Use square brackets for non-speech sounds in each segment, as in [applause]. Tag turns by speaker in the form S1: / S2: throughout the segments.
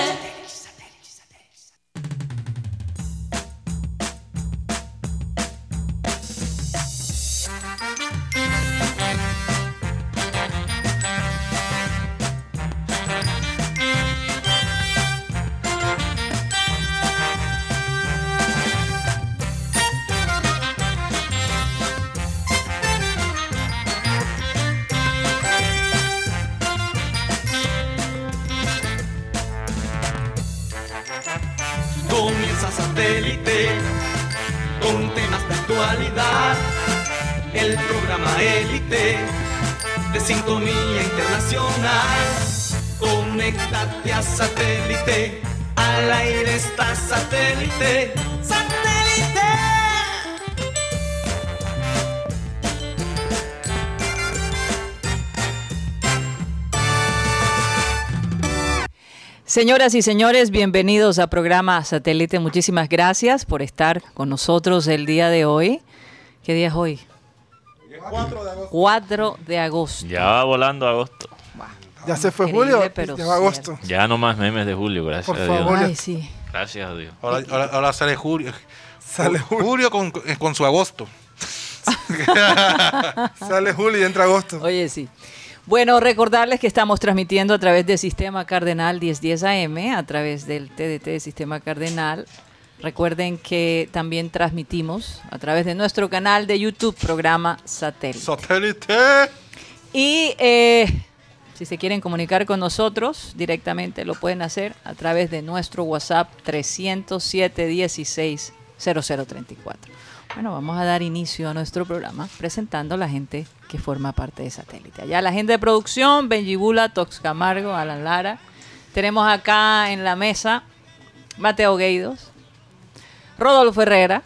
S1: Satellite.
S2: Comienza satélite con temas de actualidad. El programa élite de sintonía internacional. Conéctate a satélite. Al aire está satélite. ¡Satélite!
S3: Señoras y señores, bienvenidos a programa Satélite. Muchísimas gracias por estar con nosotros el día de hoy. ¿Qué día es hoy? 4 de agosto.
S4: Ya va volando agosto.
S5: Ya se fue
S3: Increíble,
S5: julio,
S3: pero
S5: ya va agosto.
S3: cierto.
S4: Ya no más memes de julio, gracias
S5: Por
S4: a
S5: favor.
S4: Dios.
S3: Ay, sí.
S4: Gracias a Dios.
S6: Ahora, ahora- ahora sale Julio.
S5: Sale julio,
S6: Julio con, con su agosto.
S5: [laughs] sale julio y entra agosto.
S3: Oye, sí. Bueno, recordarles que estamos transmitiendo a través de Sistema Cardenal 1010 AM, a través del TDT de Sistema Cardenal. Recuerden que también transmitimos a través de nuestro canal de YouTube, programa Satélite.
S6: Satélite.
S3: Y eh, si se quieren comunicar con nosotros directamente, lo pueden hacer a través de nuestro WhatsApp 307-16-0034. Bueno, vamos a dar inicio a nuestro programa presentando a la gente que forma parte de Satélite. Allá la gente de producción, Benji Bula, Tox Camargo, Alan Lara. Tenemos acá en la mesa Mateo Gueidos, Rodolfo Herrera,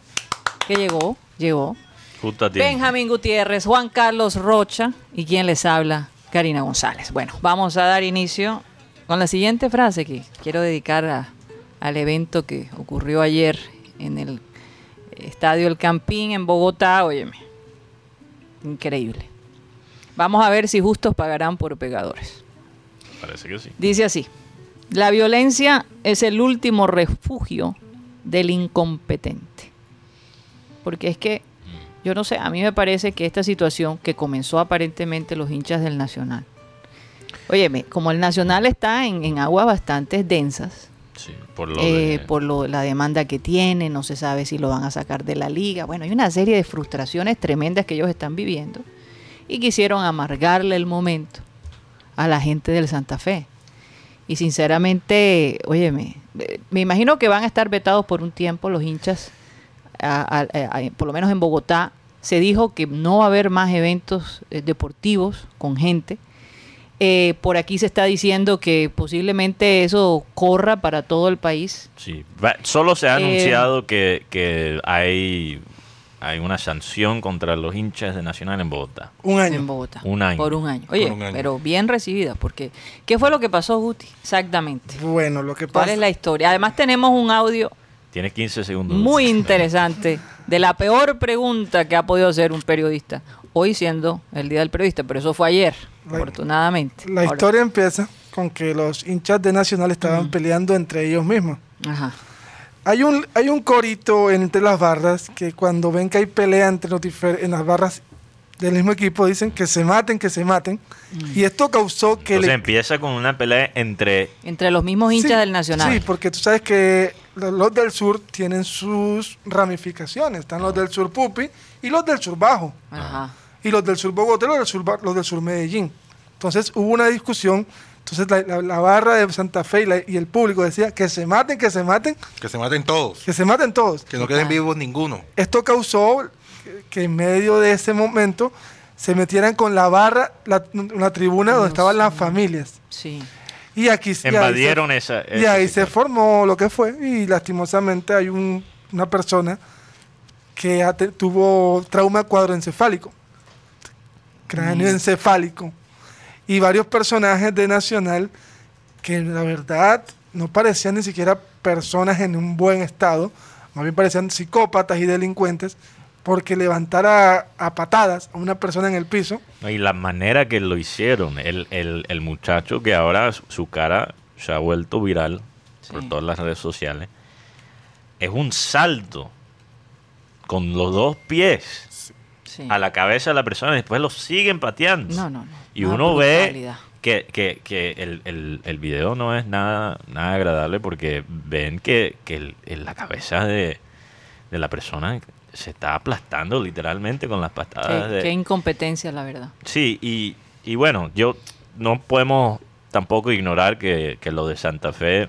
S3: que llegó, llegó.
S4: Justo a tiempo.
S3: Benjamín Gutiérrez, Juan Carlos Rocha y quien les habla, Karina González. Bueno, vamos a dar inicio con la siguiente frase que quiero dedicar a- al evento que ocurrió ayer en el Estadio El Campín en Bogotá. Óyeme, increíble. Vamos a ver si justos pagarán por pecadores.
S4: Parece que sí.
S3: Dice así, la violencia es el último refugio del incompetente. Porque es que, yo no sé, a mí me parece que esta situación que comenzó aparentemente los hinchas del Nacional. Óyeme, como el Nacional está en, en aguas bastante densas,
S4: Sí, por lo
S3: eh,
S4: de-
S3: por lo- la demanda que tiene, no se sabe si lo van a sacar de la liga. Bueno, hay una serie de frustraciones tremendas que ellos están viviendo y quisieron amargarle el momento a la gente del Santa Fe. Y sinceramente, óyeme, eh, me imagino que van a estar vetados por un tiempo los hinchas, a- a- a- por lo menos en Bogotá. Se dijo que no va a haber más eventos eh, deportivos con gente. Eh, por aquí se está diciendo que posiblemente eso corra para todo el país.
S4: Sí. Va- Solo se ha
S3: Eh,
S4: anunciado que, que hay, hay una sanción contra los hinchas de Nacional en Bogotá.
S5: Un
S3: En
S5: año.
S3: Bogotá.
S4: Un año.
S3: Por un año. Oye,
S6: un año.
S3: pero bien recibida, porque ¿qué fue lo que pasó, Guti? Exactamente.
S5: Bueno, lo que
S3: ¿Cuál
S5: pasa
S3: es la historia? Además tenemos un audio
S4: Tiene 15 segundos.
S3: muy interesante de la peor pregunta que ha podido hacer un periodista. Hoy siendo el Día del Periodista, pero eso fue ayer,
S5: La-
S3: afortunadamente.
S5: la
S3: Ahora- Mm.
S5: historia empieza con que los hinchas de Nacional estaban peleando entre ellos mismos.
S3: Ajá.
S5: Hay un, hay un corito entre las barras que cuando ven que hay pelea entre los difer- en las barras del mismo equipo dicen que se maten, que se maten.
S3: Mm.
S5: Y esto causó que
S4: Entonces
S5: le-
S4: empieza con una pelea entre...
S3: Entre los mismos hinchas
S5: Sí,
S3: del Nacional.
S5: Sí, porque tú sabes que lo- los del sur tienen sus ramificaciones. Están los del sur Pupi y los del sur Bajo.
S3: Ajá.
S4: Ah.
S5: Y los del sur Bogotá y los del sur, Ba- los del sur Medellín. Entonces hubo una discusión. Entonces la, la- la barra de Santa Fe y, la- y el público decía que se maten, que se maten,
S6: Que se maten todos.
S5: que se maten todos.
S6: Que no queden vivos ninguno.
S5: Esto causó que- que en medio de ese momento se metieran con la barra, la, una tribuna donde estaban las familias.
S3: Sí.
S5: Y aquí y ahí se-
S4: invadieron esa...
S5: y
S4: ese
S5: ahí se
S4: sector.
S5: formó lo que fue. Y lastimosamente hay un- una persona que ha te- tuvo trauma cuadroencefálico,
S4: Mm.
S5: cráneo encefálico. Y varios personajes de Nacional que la verdad no parecían ni siquiera personas en un buen estado, más bien parecían psicópatas y delincuentes, porque levantar a, a patadas a una persona en el piso,
S4: No, Y la manera que lo hicieron, el, el- el muchacho que ahora su- su cara se ha vuelto viral por
S3: Sí.
S4: todas las redes sociales, es un salto con los dos pies
S3: Sí.
S4: a la cabeza de la persona y después lo siguen pateando.
S3: No, no, no.
S4: Y
S3: Una
S4: uno ve
S3: brutalidad.
S4: que, que- que el, el- el video no es nada, nada agradable porque ven que, que el- el- la cabeza de, de la persona se está aplastando literalmente con las pastadas.
S3: Qué,
S4: de-
S3: qué incompetencia, la verdad.
S4: Sí, y, y bueno, yo no podemos tampoco ignorar que, que lo de Santa Fe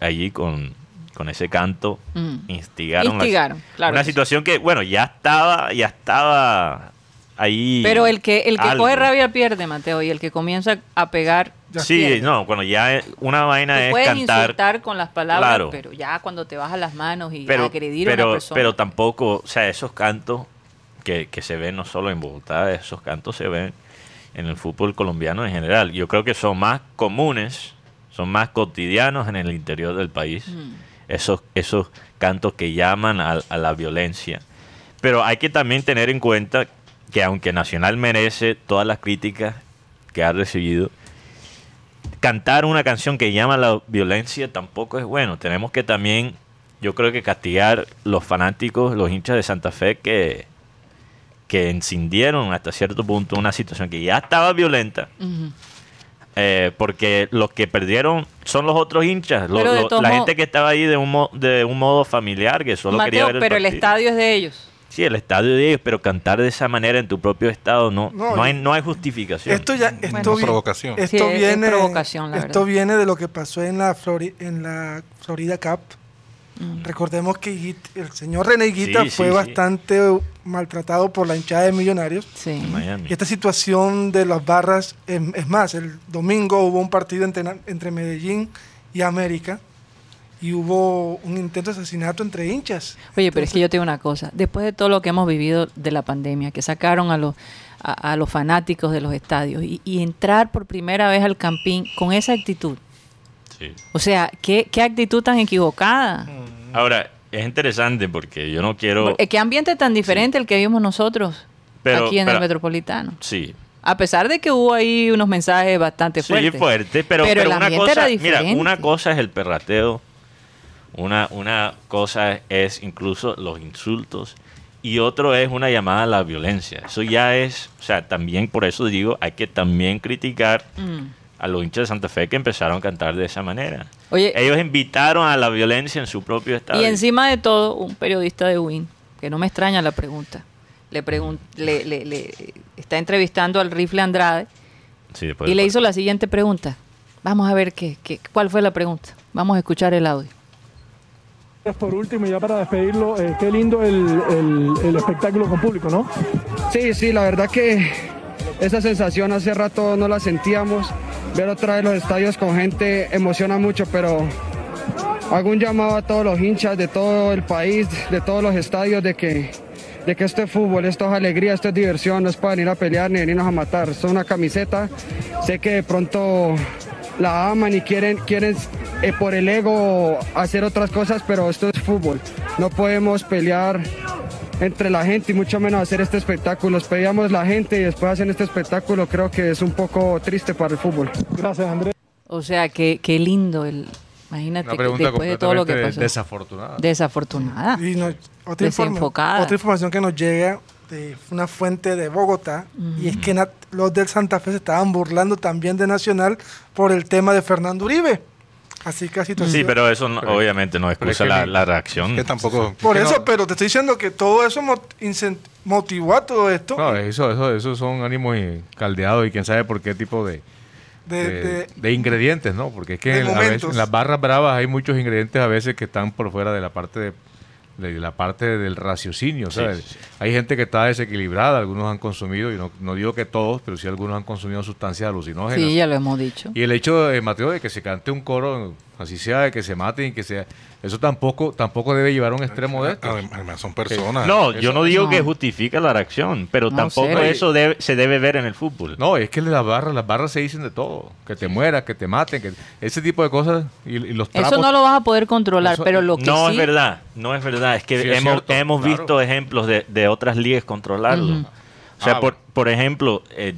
S4: allí con, con ese canto
S3: Mm.
S4: instigaron, la-
S3: Instigaron, claro
S4: una
S3: que sí.
S4: situación que bueno ya estaba ya estaba ahí
S3: Pero el que, el que
S4: algo.
S3: coge rabia pierde, Mateo, y el que comienza a pegar.
S5: Ya
S4: sí
S3: pierde.
S4: no cuando ya es- una vaina
S3: Te
S4: es
S3: pueden
S4: cantar
S3: insultar con las palabras,
S4: Claro.
S3: pero ya cuando te bajas las manos y
S4: pero,
S3: agredir a
S4: pero,
S3: una persona.
S4: pero tampoco, o sea, esos cantos que, que se ven no solo en Bogotá, esos cantos se ven en el fútbol colombiano en general. Yo creo que son más comunes, son más cotidianos en el interior del país,
S3: Mm.
S4: esos, esos cantos que llaman a, a la violencia. Pero hay que también tener en cuenta que aunque Nacional merece todas las críticas que ha recibido, cantar una canción que llama a la violencia tampoco es bueno. Tenemos que también, yo creo que castigar los fanáticos, los hinchas de Santa Fe que, que encendieron hasta cierto punto una situación que ya estaba violenta.
S3: Ujú.
S4: eh, porque los que perdieron son los otros hinchas, lo-
S3: Pero de
S4: lo-
S3: todos
S4: la
S3: modos-
S4: gente que estaba ahí de un, mo- de un modo familiar, que solo quería
S3: Mateo,
S4: ver el
S3: pero el,
S4: partido.
S3: estadio es de ellos.
S4: Sí, el estadio de ellos, pero cantar de esa manera en tu propio estado no,
S5: No,
S4: no, hay,
S5: yo-
S4: no hay justificación.
S5: Esto ya esto
S6: Una
S5: vi-
S6: provocación.
S5: Esto
S3: Sí, es- es
S5: viene
S3: provocación, la
S5: Esto
S3: verdad.
S5: viene de lo que pasó en la Flori- en la Florida Cup.
S3: Mm.
S5: Recordemos que Higuit- el señor René Higuita
S4: Sí, sí,
S5: fue
S4: sí.
S5: bastante maltratado por la hinchada de Millonarios.
S3: Sí.
S4: en Miami.
S5: Y esta situación de las barras, em, es más, el domingo hubo un partido entre, na- entre Medellín y América y hubo un intento de asesinato entre hinchas.
S3: Oye, pero es que yo te digo una cosa. Después de todo lo que hemos vivido de la pandemia, que sacaron a los, a, a los fanáticos de los estadios y, y entrar por primera vez al campín con esa actitud.
S4: Sí.
S3: O sea, qué, qué actitud tan equivocada.
S4: Ahora, es interesante porque yo no quiero...
S3: Porque qué ambiente tan diferente el que vimos nosotros
S4: Pero-
S3: aquí en el
S4: pero-
S3: Metropolitano.
S4: Sí,
S3: A pesar de que hubo ahí unos mensajes bastante fuertes.
S4: Sí, fuerte, pero, pero
S3: el
S4: una
S3: ambiente
S4: cosa,
S3: era
S4: mira,
S3: diferente.
S4: una cosa es el perrateo, una, una cosa es incluso los insultos y otro es una llamada a la violencia. Eso ya es, o sea, también por eso digo, hay que también criticar
S3: Mm.
S4: a los hinchas de Santa Fe que empezaron a cantar de esa manera.
S3: Oye-
S4: ellos invitaron a la violencia en su propio estado.
S3: Y encima de todo, un periodista de Win, que no me extraña la pregunta, le, pregun- le, le- le- está entrevistando al rifle Andrade
S4: Sí, pues, después-
S3: y le hizo la siguiente pregunta. Vamos a ver qué, qué- cuál fue la pregunta. Vamos a escuchar el audio.
S1: Por último, y ya para despedirlo, eh, qué lindo el, el- el espectáculo con público, ¿no?
S7: Sí, sí, la verdad que esa sensación hace rato no la sentíamos. Ver otra vez los estadios con gente emociona mucho, pero hago un llamado a todos los hinchas de todo el país, de todos los estadios, de que, de que esto es fútbol, esto es alegría, esto es diversión, no es para venir a pelear ni venirnos a matar. Esto es una camiseta, sé que de pronto la aman y quieren, quieren eh, por el ego hacer otras cosas, pero esto es fútbol. No podemos pelear entre la gente y mucho menos hacer este espectáculo. Los pedíamos la gente y después hacen este espectáculo, creo que es un poco triste para el fútbol.
S1: Gracias, Andrés.
S3: O sea, qué, qué lindo el... Imagínate
S8: Una
S3: que
S8: pregunta
S3: después de todo lo que
S8: completamente
S3: pasó.
S8: desafortunada.
S3: Desafortunada.
S5: Y no- otra, informa-
S3: Desenfocada.
S5: otra información que nos llega de una fuente de Bogotá y es que na- los del Santa Fe se estaban burlando también de Nacional por el tema de Fernando Uribe. Así que la
S4: pues,
S5: situación.
S4: Sí, pero eso no-
S8: Pero-
S4: obviamente no
S8: pero es
S4: excusa
S8: que
S4: la,
S8: ni-
S4: la reacción.
S6: Que tampoco.
S5: Por
S6: que
S5: eso,
S6: no-
S5: pero te estoy diciendo que todo eso mo- incent- motivó a todo esto
S8: No, eso, eso, eso son ánimos eh, caldeados y quién sabe por qué tipo de,
S5: de,
S8: de,
S5: de-
S8: de ingredientes, ¿no? Porque es que
S5: de
S8: en, el- a veces-
S5: momentos.
S8: en las barras bravas hay muchos ingredientes a veces que están por fuera de la parte de, de la parte del raciocinio,
S4: Sí,
S8: ¿sabes?
S4: sí, sí.
S8: Hay gente que está desequilibrada, algunos han consumido, y no, no digo que todos, pero sí algunos han consumido sustancias alucinógenas.
S3: Sí, ya lo hemos dicho.
S8: Y el hecho de Mateo de que se cante un coro, así sea, de que se maten y que sea, eso tampoco tampoco debe llevar a un extremo de esto.
S6: Adem- Además, son
S8: Ah,
S6: personas.
S4: No, yo no digo
S3: No.
S4: que justifica la reacción, pero
S3: No,
S4: tampoco
S3: cero.
S4: eso debe- se debe ver en el fútbol.
S8: No, es que las barras, las barras se dicen de todo, que te mueras, que te maten, que ese tipo de cosas y, y los trapos.
S3: Eso no lo vas a poder controlar,
S8: Eso-
S3: pero lo que
S4: No
S3: sí...
S4: es verdad, no es verdad. Es que
S8: Sí, es
S4: hemos,
S8: cierto,
S4: hemos
S8: claro.
S4: visto ejemplos de, de otras ligas controlarlo. O sea,
S8: Ah,
S4: por,
S8: bueno.
S4: por ejemplo, eh,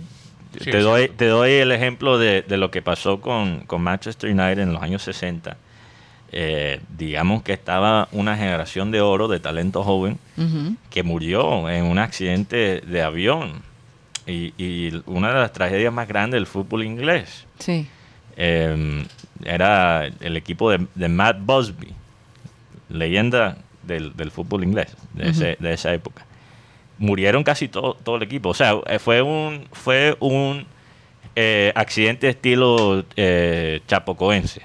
S8: Sí,
S4: te, doy, te doy el ejemplo de, de lo que pasó con, con Manchester United en los años 60. Eh, digamos que estaba una generación de oro de talento joven
S3: Ujú.
S4: que murió en un accidente de avión y, y una de las tragedias más grandes del fútbol inglés.
S3: Sí.
S4: Eh, era el equipo de, de Matt Busby, leyenda del, del fútbol inglés de, ese- de esa época. Murieron casi todo, todo el equipo. O sea, eh, fue un, fue un eh, accidente estilo eh, chapocoense.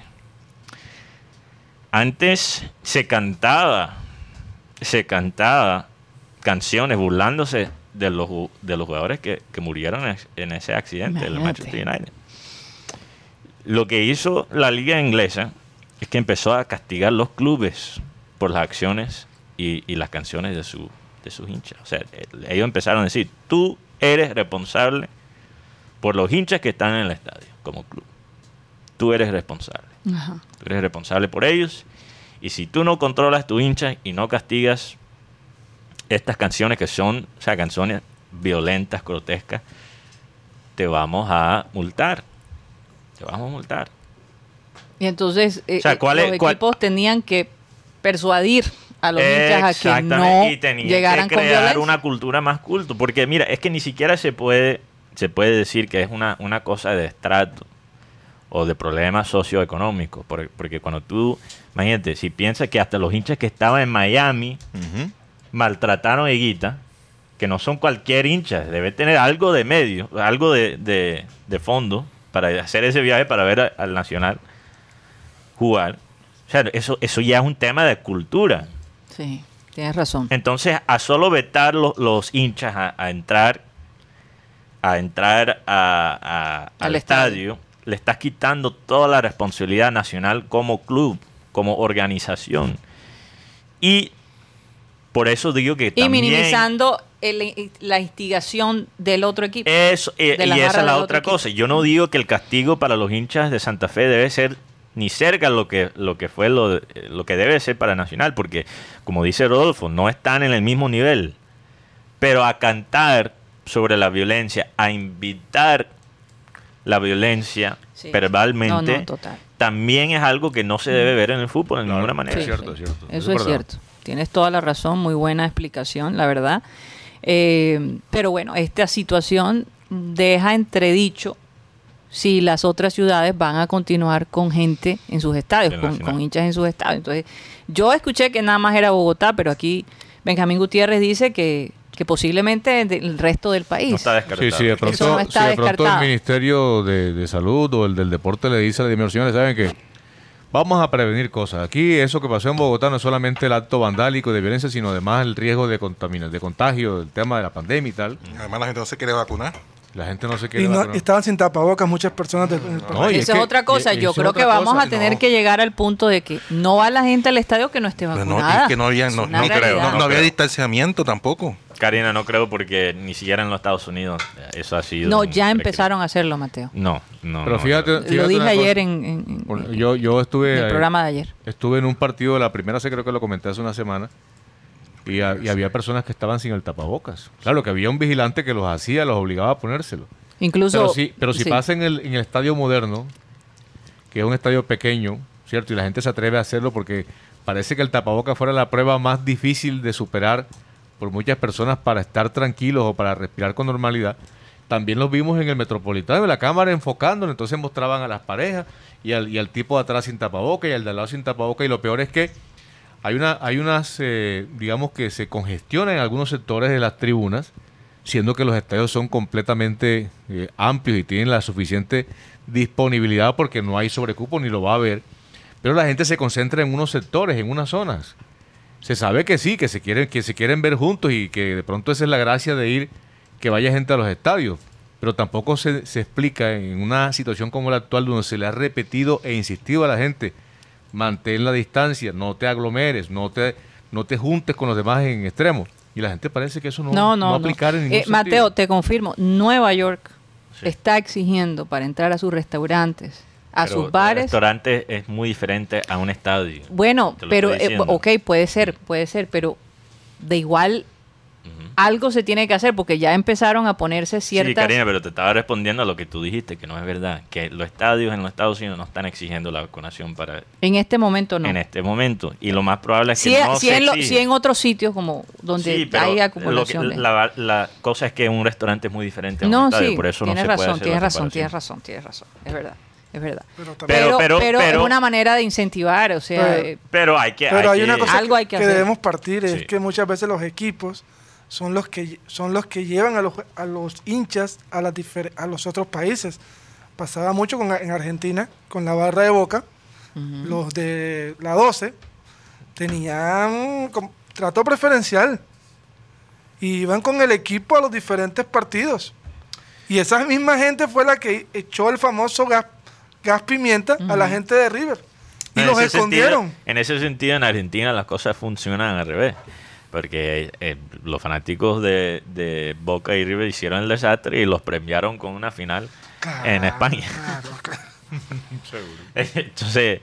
S4: Antes se cantaba, se cantaba canciones burlándose de los, ju- de los jugadores que, que murieron en- en ese accidente del
S3: Imagínate.
S4: Manchester United lo que hizo la liga inglesa es que empezó a castigar los clubes por las acciones y, y las canciones de, su, de sus hinchas. O sea, eh, ellos empezaron a decir, tú eres responsable por los hinchas que están en el estadio como club. Tú eres responsable.
S3: Ajá.
S4: Tú eres responsable por ellos. Y si tú no controlas tu hincha y no castigas estas canciones que son, o sea, canciones violentas, grotescas, te vamos a multar. Te vamos a multar.
S3: Y entonces eh,
S4: O sea,
S3: eh,
S4: ¿cuál
S3: los
S4: es- cuál-
S3: equipos tenían que persuadir a los hinchas a que no
S4: Exactamente, y tenía
S3: llegaran
S4: que
S3: con
S4: crear
S3: violencia.
S4: una cultura más culto. Porque mira, es que ni siquiera se puede, se puede decir que es una, una cosa de estrato o de problemas socioeconómicos. por- Porque cuando tú, imagínate, si piensas que hasta los hinchas que estaban en Miami
S6: Ujú.
S4: maltrataron a Higuita, que no son cualquier hincha, debe tener algo de medio, algo de, de- de fondo para hacer ese viaje para ver a- al Nacional jugar. O sea, eso, eso ya es un tema de cultura.
S3: Sí, tienes razón.
S4: Entonces, a solo vetar lo- los hinchas a, a entrar a entrar a- a-
S3: Al
S4: al,
S3: estadio.
S4: estadio, le estás quitando toda la responsabilidad nacional como club, como organización. Y por eso digo que
S3: Y
S4: también
S3: minimizando el- eh, la instigación del otro equipo.
S4: eso, eh,
S3: de
S4: y
S3: la
S4: esa
S3: barra
S4: es la
S3: del otro
S4: otra
S3: equipo.
S4: cosa. Yo no digo que el castigo para los hinchas de Santa Fe debe ser ni cerca lo que lo que fue lo, de- eh, lo que debe ser para Nacional, porque como dice Rodolfo, no están en el mismo nivel. Pero a cantar sobre la violencia, a invitar la violencia
S3: Sí.
S4: verbalmente,
S3: No, no, total. Mm.
S4: también es algo que no se debe ver en el fútbol de
S8: Claro,
S4: ninguna
S8: es
S4: manera.
S8: cierto, es cierto.
S3: Eso es
S8: verdad.
S3: cierto. Tienes toda la razón, muy buena explicación, la verdad. Eh, pero bueno, esta situación deja entredicho si las otras ciudades van a continuar con gente en sus estadios,
S4: Del
S3: con,
S4: Nacional.
S3: con hinchas en sus estadios. Entonces, yo escuché que nada más era Bogotá, pero aquí Benjamín Gutiérrez dice que, que posiblemente del resto del país.
S4: No está
S8: Sí,
S4: descartado.
S8: sí, de
S3: Eso no
S8: pronto,
S3: está
S8: si de pronto el
S3: descartado.
S8: Ministerio de, de Salud o el del Deporte le dice a la dimensión, saben que vamos a prevenir cosas. Aquí eso que pasó en Bogotá no es solamente el acto vandálico de violencia, sino además el riesgo de contamina- de contagio, el tema de la pandemia y tal.
S6: Además, la gente no se quiere vacunar.
S8: La gente no se quiere
S5: Y no-
S8: vacunar.
S5: estaban sin tapabocas muchas personas. de-
S8: No, y
S3: Esa es
S8: que-
S3: otra cosa.
S8: y- y
S3: Yo
S8: eso es
S3: creo que
S8: otra
S3: vamos
S8: cosa,
S3: a tener
S8: no.
S3: que llegar al punto de que no va la gente al estadio que no esté
S6: Pero
S3: vacunada.
S6: no, y que no había,
S3: Es
S6: no,
S3: una
S6: no-
S3: realidad.
S6: no- no había
S4: creo.
S6: distanciamiento tampoco.
S4: Karina, no creo porque ni siquiera en los Estados Unidos eh, eso ha sido.
S3: No,
S4: un
S3: ya
S4: requerimiento.
S3: empezaron a hacerlo, Mateo.
S4: No, no.
S8: Pero
S4: no,
S8: fíjate, fíjate
S3: Lo dije
S8: una
S3: ayer
S8: cosa.
S3: en, en- en-
S8: Yo, yo estuve...
S3: en el
S8: eh,
S3: programa de ayer.
S8: Estuve en un partido de la primera, sé creo que lo comenté hace una semana, y, ha- y había personas que estaban sin el tapabocas. Claro, que había un vigilante que los hacía, los obligaba a ponérselo.
S3: Incluso.
S8: Pero si, pero si
S3: sí.
S8: pasa en el, en el estadio moderno, que es un estadio pequeño, ¿cierto? Y la gente se atreve a hacerlo porque parece que el tapabocas fuera la prueba más difícil de superar por muchas personas para estar tranquilos o para respirar con normalidad. También los vimos en el Metropolitano, la cámara enfocándolo, entonces mostraban a las parejas y al, y al tipo de atrás sin tapabocas y al de al lado sin tapabocas. Y lo peor es que hay, una, hay unas, eh, digamos que se congestionan en algunos sectores de las tribunas, siendo que los estadios son completamente eh, amplios y tienen la suficiente disponibilidad porque no hay sobrecupo ni lo va a haber. Pero la gente se concentra en unos sectores, en unas zonas. Se sabe que sí, que se quieren, que se quieren ver juntos y que de pronto esa es la gracia de ir, que vaya gente a los estadios. Pero tampoco se, se explica en una situación como la actual donde se le ha repetido e insistido a la gente, mantén la distancia, no te aglomeres, no te, no te juntes con los demás en extremos. Y la gente parece que eso no,
S3: No, no.
S8: va a
S3: no.
S8: aplicar en ningún
S3: Eh, Mateo,
S8: sentido.
S3: te confirmo. Nueva York
S4: Sí.
S3: está exigiendo para entrar a sus restaurantes, a
S4: Pero
S3: sus bares.
S4: El restaurante es muy diferente a un estadio.
S3: Bueno,
S4: Te lo
S3: pero,
S4: estoy
S3: eh,
S4: diciendo.
S3: ok, puede ser, puede ser, pero de igual Algo se tiene que hacer porque ya empezaron a ponerse
S4: Sí,
S3: ciertas...
S4: Karina, pero te estaba respondiendo a lo que tú dijiste, que no es verdad, que los estadios en los Estados Unidos no están exigiendo la vacunación para
S3: en este momento no.
S4: en este momento. Y lo más probable es que
S3: Sí,
S4: no
S3: sí
S4: se
S3: en lo-
S4: exige.
S3: sí en otros sitios como donde
S4: Sí, pero
S3: hay
S4: lo
S3: acumulación.
S4: que-
S3: de-
S4: la, la cosa es que un restaurante es muy diferente a un
S3: no,
S4: estadio,
S3: sí,
S4: por eso no
S3: tienes
S4: se puede
S3: razón,
S4: hacer
S3: tienes
S4: la
S3: razón, tienes
S4: comparación.
S3: razón, tienes razón. Es verdad, es verdad.
S5: Pero también-
S4: Pero-
S3: Pero, pero,
S4: pero-
S3: es una manera de incentivar, o sea,
S5: Pero-
S3: eh,
S4: Pero hay que...
S5: Pero hay
S4: que-
S5: una cosa
S3: Algo
S5: que,
S3: hay que
S5: que
S3: hacer.
S5: debemos partir, es
S4: Sí.
S5: que muchas veces los equipos son los que son los que llevan a los, a los hinchas a, las difer- a los otros países. Pasaba mucho con, en Argentina con la barra de Boca, los de la 12 tenían com- trato preferencial y iban con el equipo a los diferentes partidos. Y esa misma gente fue la que echó el famoso gas, gas pimienta a la gente de River. Y
S4: En
S5: los
S4: ese
S5: escondieron.
S4: sentido- en ese sentido, en Argentina las cosas funcionan al revés. Porque eh, los fanáticos de, de Boca y River hicieron el desastre y los premiaron con una final en España. [laughs] Entonces,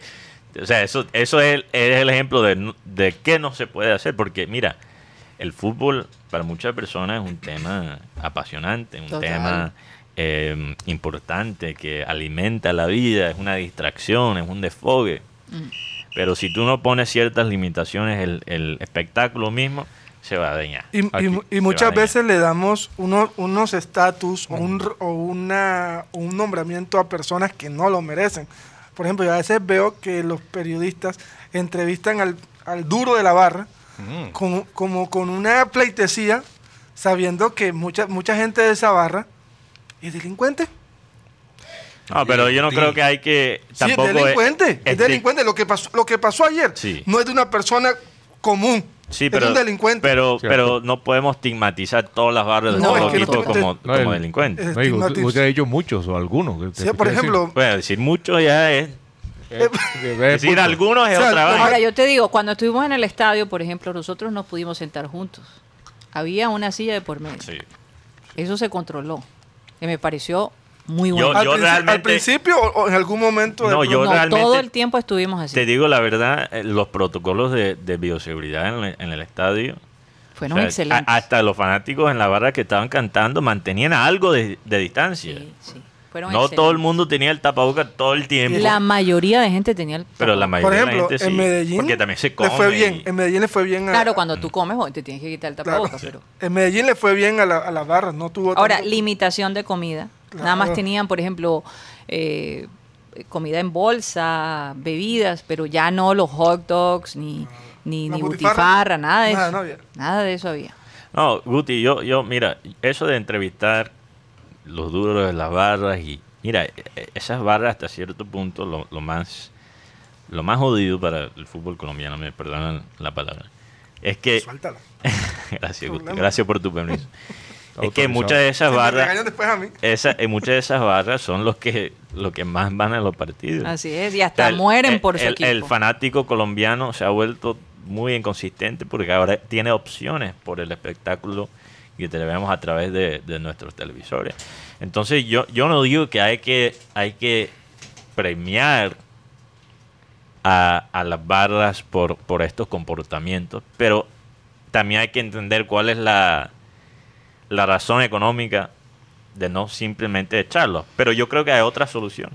S4: o sea, eso, eso es, el- es el ejemplo de, no- de qué no se puede hacer. Porque, mira, el fútbol para muchas personas es un tema apasionante, un
S3: Total.
S4: tema eh, importante que alimenta la vida, es una distracción, es un desfogue. Pero si tú no pones ciertas limitaciones, el, el espectáculo mismo se va a dañar.
S5: Y, y-
S8: Aquí
S5: y
S4: se
S5: muchas
S4: baña.
S5: veces le damos uno- unos estatus o, un, r- o una, o un nombramiento a personas que no lo merecen. Por ejemplo, yo a veces veo que los periodistas entrevistan al, al duro de la barra
S4: Mm.
S5: con- como con una pleitesía, sabiendo que mucha, mucha gente de esa barra es delincuente.
S4: No, Ah, pero yo no
S6: Sí.
S4: creo que hay que... Tampoco
S5: sí, es delincuente. Es,
S4: de-
S5: delincuente. Lo que pasó, lo que pasó ayer
S4: Sí.
S5: no es de una persona común.
S4: Sí,
S5: es
S4: pero,
S5: de un delincuente.
S4: pero,
S8: Cierto.
S4: pero no podemos estigmatizar todas las barras de
S3: No,
S4: todos
S3: es
S4: los
S3: que no
S4: vistos
S5: te- te-
S4: como,
S8: No,
S4: como
S8: el-
S4: delincuentes.
S5: eh,
S8: No, digo, usted,
S5: Estigmatiz-
S8: usted ha dicho muchos o algunos.
S5: Sí, por ejemplo, eh,
S4: Bueno, decir mucho ya es... Decir algunos es
S5: O sea,
S4: otra
S5: no,
S4: vaina.
S3: Ahora, yo te digo, cuando estuvimos en el estadio, por ejemplo, nosotros nos pudimos sentar juntos. Había una silla de por medio.
S4: Sí.
S3: Eso se controló. Que me pareció muy
S4: Yo-
S3: bueno.
S5: al, princi- al
S4: realmente-
S5: principio o, o en algún momento de
S4: No, yo
S3: No,
S4: realmente-
S3: todo el tiempo estuvimos así.
S4: Te digo la verdad, eh, los protocolos de, de bioseguridad en, el- en el estadio...
S3: Fueron
S4: o sea,
S3: excelentes.
S4: a- hasta los fanáticos en la barra que estaban cantando mantenían algo de, de distancia.
S3: Sí, sí.
S4: no
S3: Fueron
S4: todo el
S3: excelentes.
S4: mundo tenía el tapabocas todo el tiempo.
S3: La mayoría de gente tenía el.
S4: pero la
S5: Por
S4: mayoría
S5: ejemplo,
S4: de la gente
S5: en
S4: sí,
S5: Medellín
S4: Porque también se
S5: le
S4: come.
S5: fue bien.
S4: y-
S5: En Medellín le fue bien. A,
S3: Claro, cuando tú comes, bueno, te tienes que quitar el
S5: claro.
S3: tapabocas. Pero...
S5: En Medellín le fue bien a la, a la barra. No tuvo.
S3: Ahora,
S5: tanto-
S3: limitación de comida. Nada
S5: Claro.
S3: más tenían, por ejemplo, eh, comida en bolsa, bebidas, pero ya no los hot dogs, ni, ni,
S5: Ah. La
S3: ni
S5: butifarra.
S3: butifarra, nada de
S5: Nada,
S3: eso.
S5: no había.
S3: Nada de eso había.
S4: No, Guti, yo, yo, mira, eso de entrevistar los duros de las barras y, mira, e- e- esas barras hasta cierto punto, lo, lo más, lo más jodido para el fútbol colombiano, me perdonan la palabra, es que,
S5: Suéltala.
S4: [laughs] gracias, Guti,
S5: problema.
S4: gracias por tu permiso, es que
S8: Autorizado.
S4: muchas de
S5: Se
S4: esas
S5: me
S4: barras,
S5: regañan después a mí.
S4: esa, eh, muchas de esas barras son los que, los que más van a los partidos.
S3: Así es, y
S4: O
S3: hasta
S4: sea, el-
S3: mueren por
S4: el,
S3: su equipo.
S4: El fanático colombiano se ha vuelto muy inconsistente porque ahora tiene opciones por el espectáculo que tenemos a través de, de nuestros televisores. Entonces yo, yo no digo que hay que, hay que premiar a, a las barras por, por estos comportamientos, pero también hay que entender cuál es la, la razón económica de no simplemente echarlos. Pero yo creo que hay otra solución.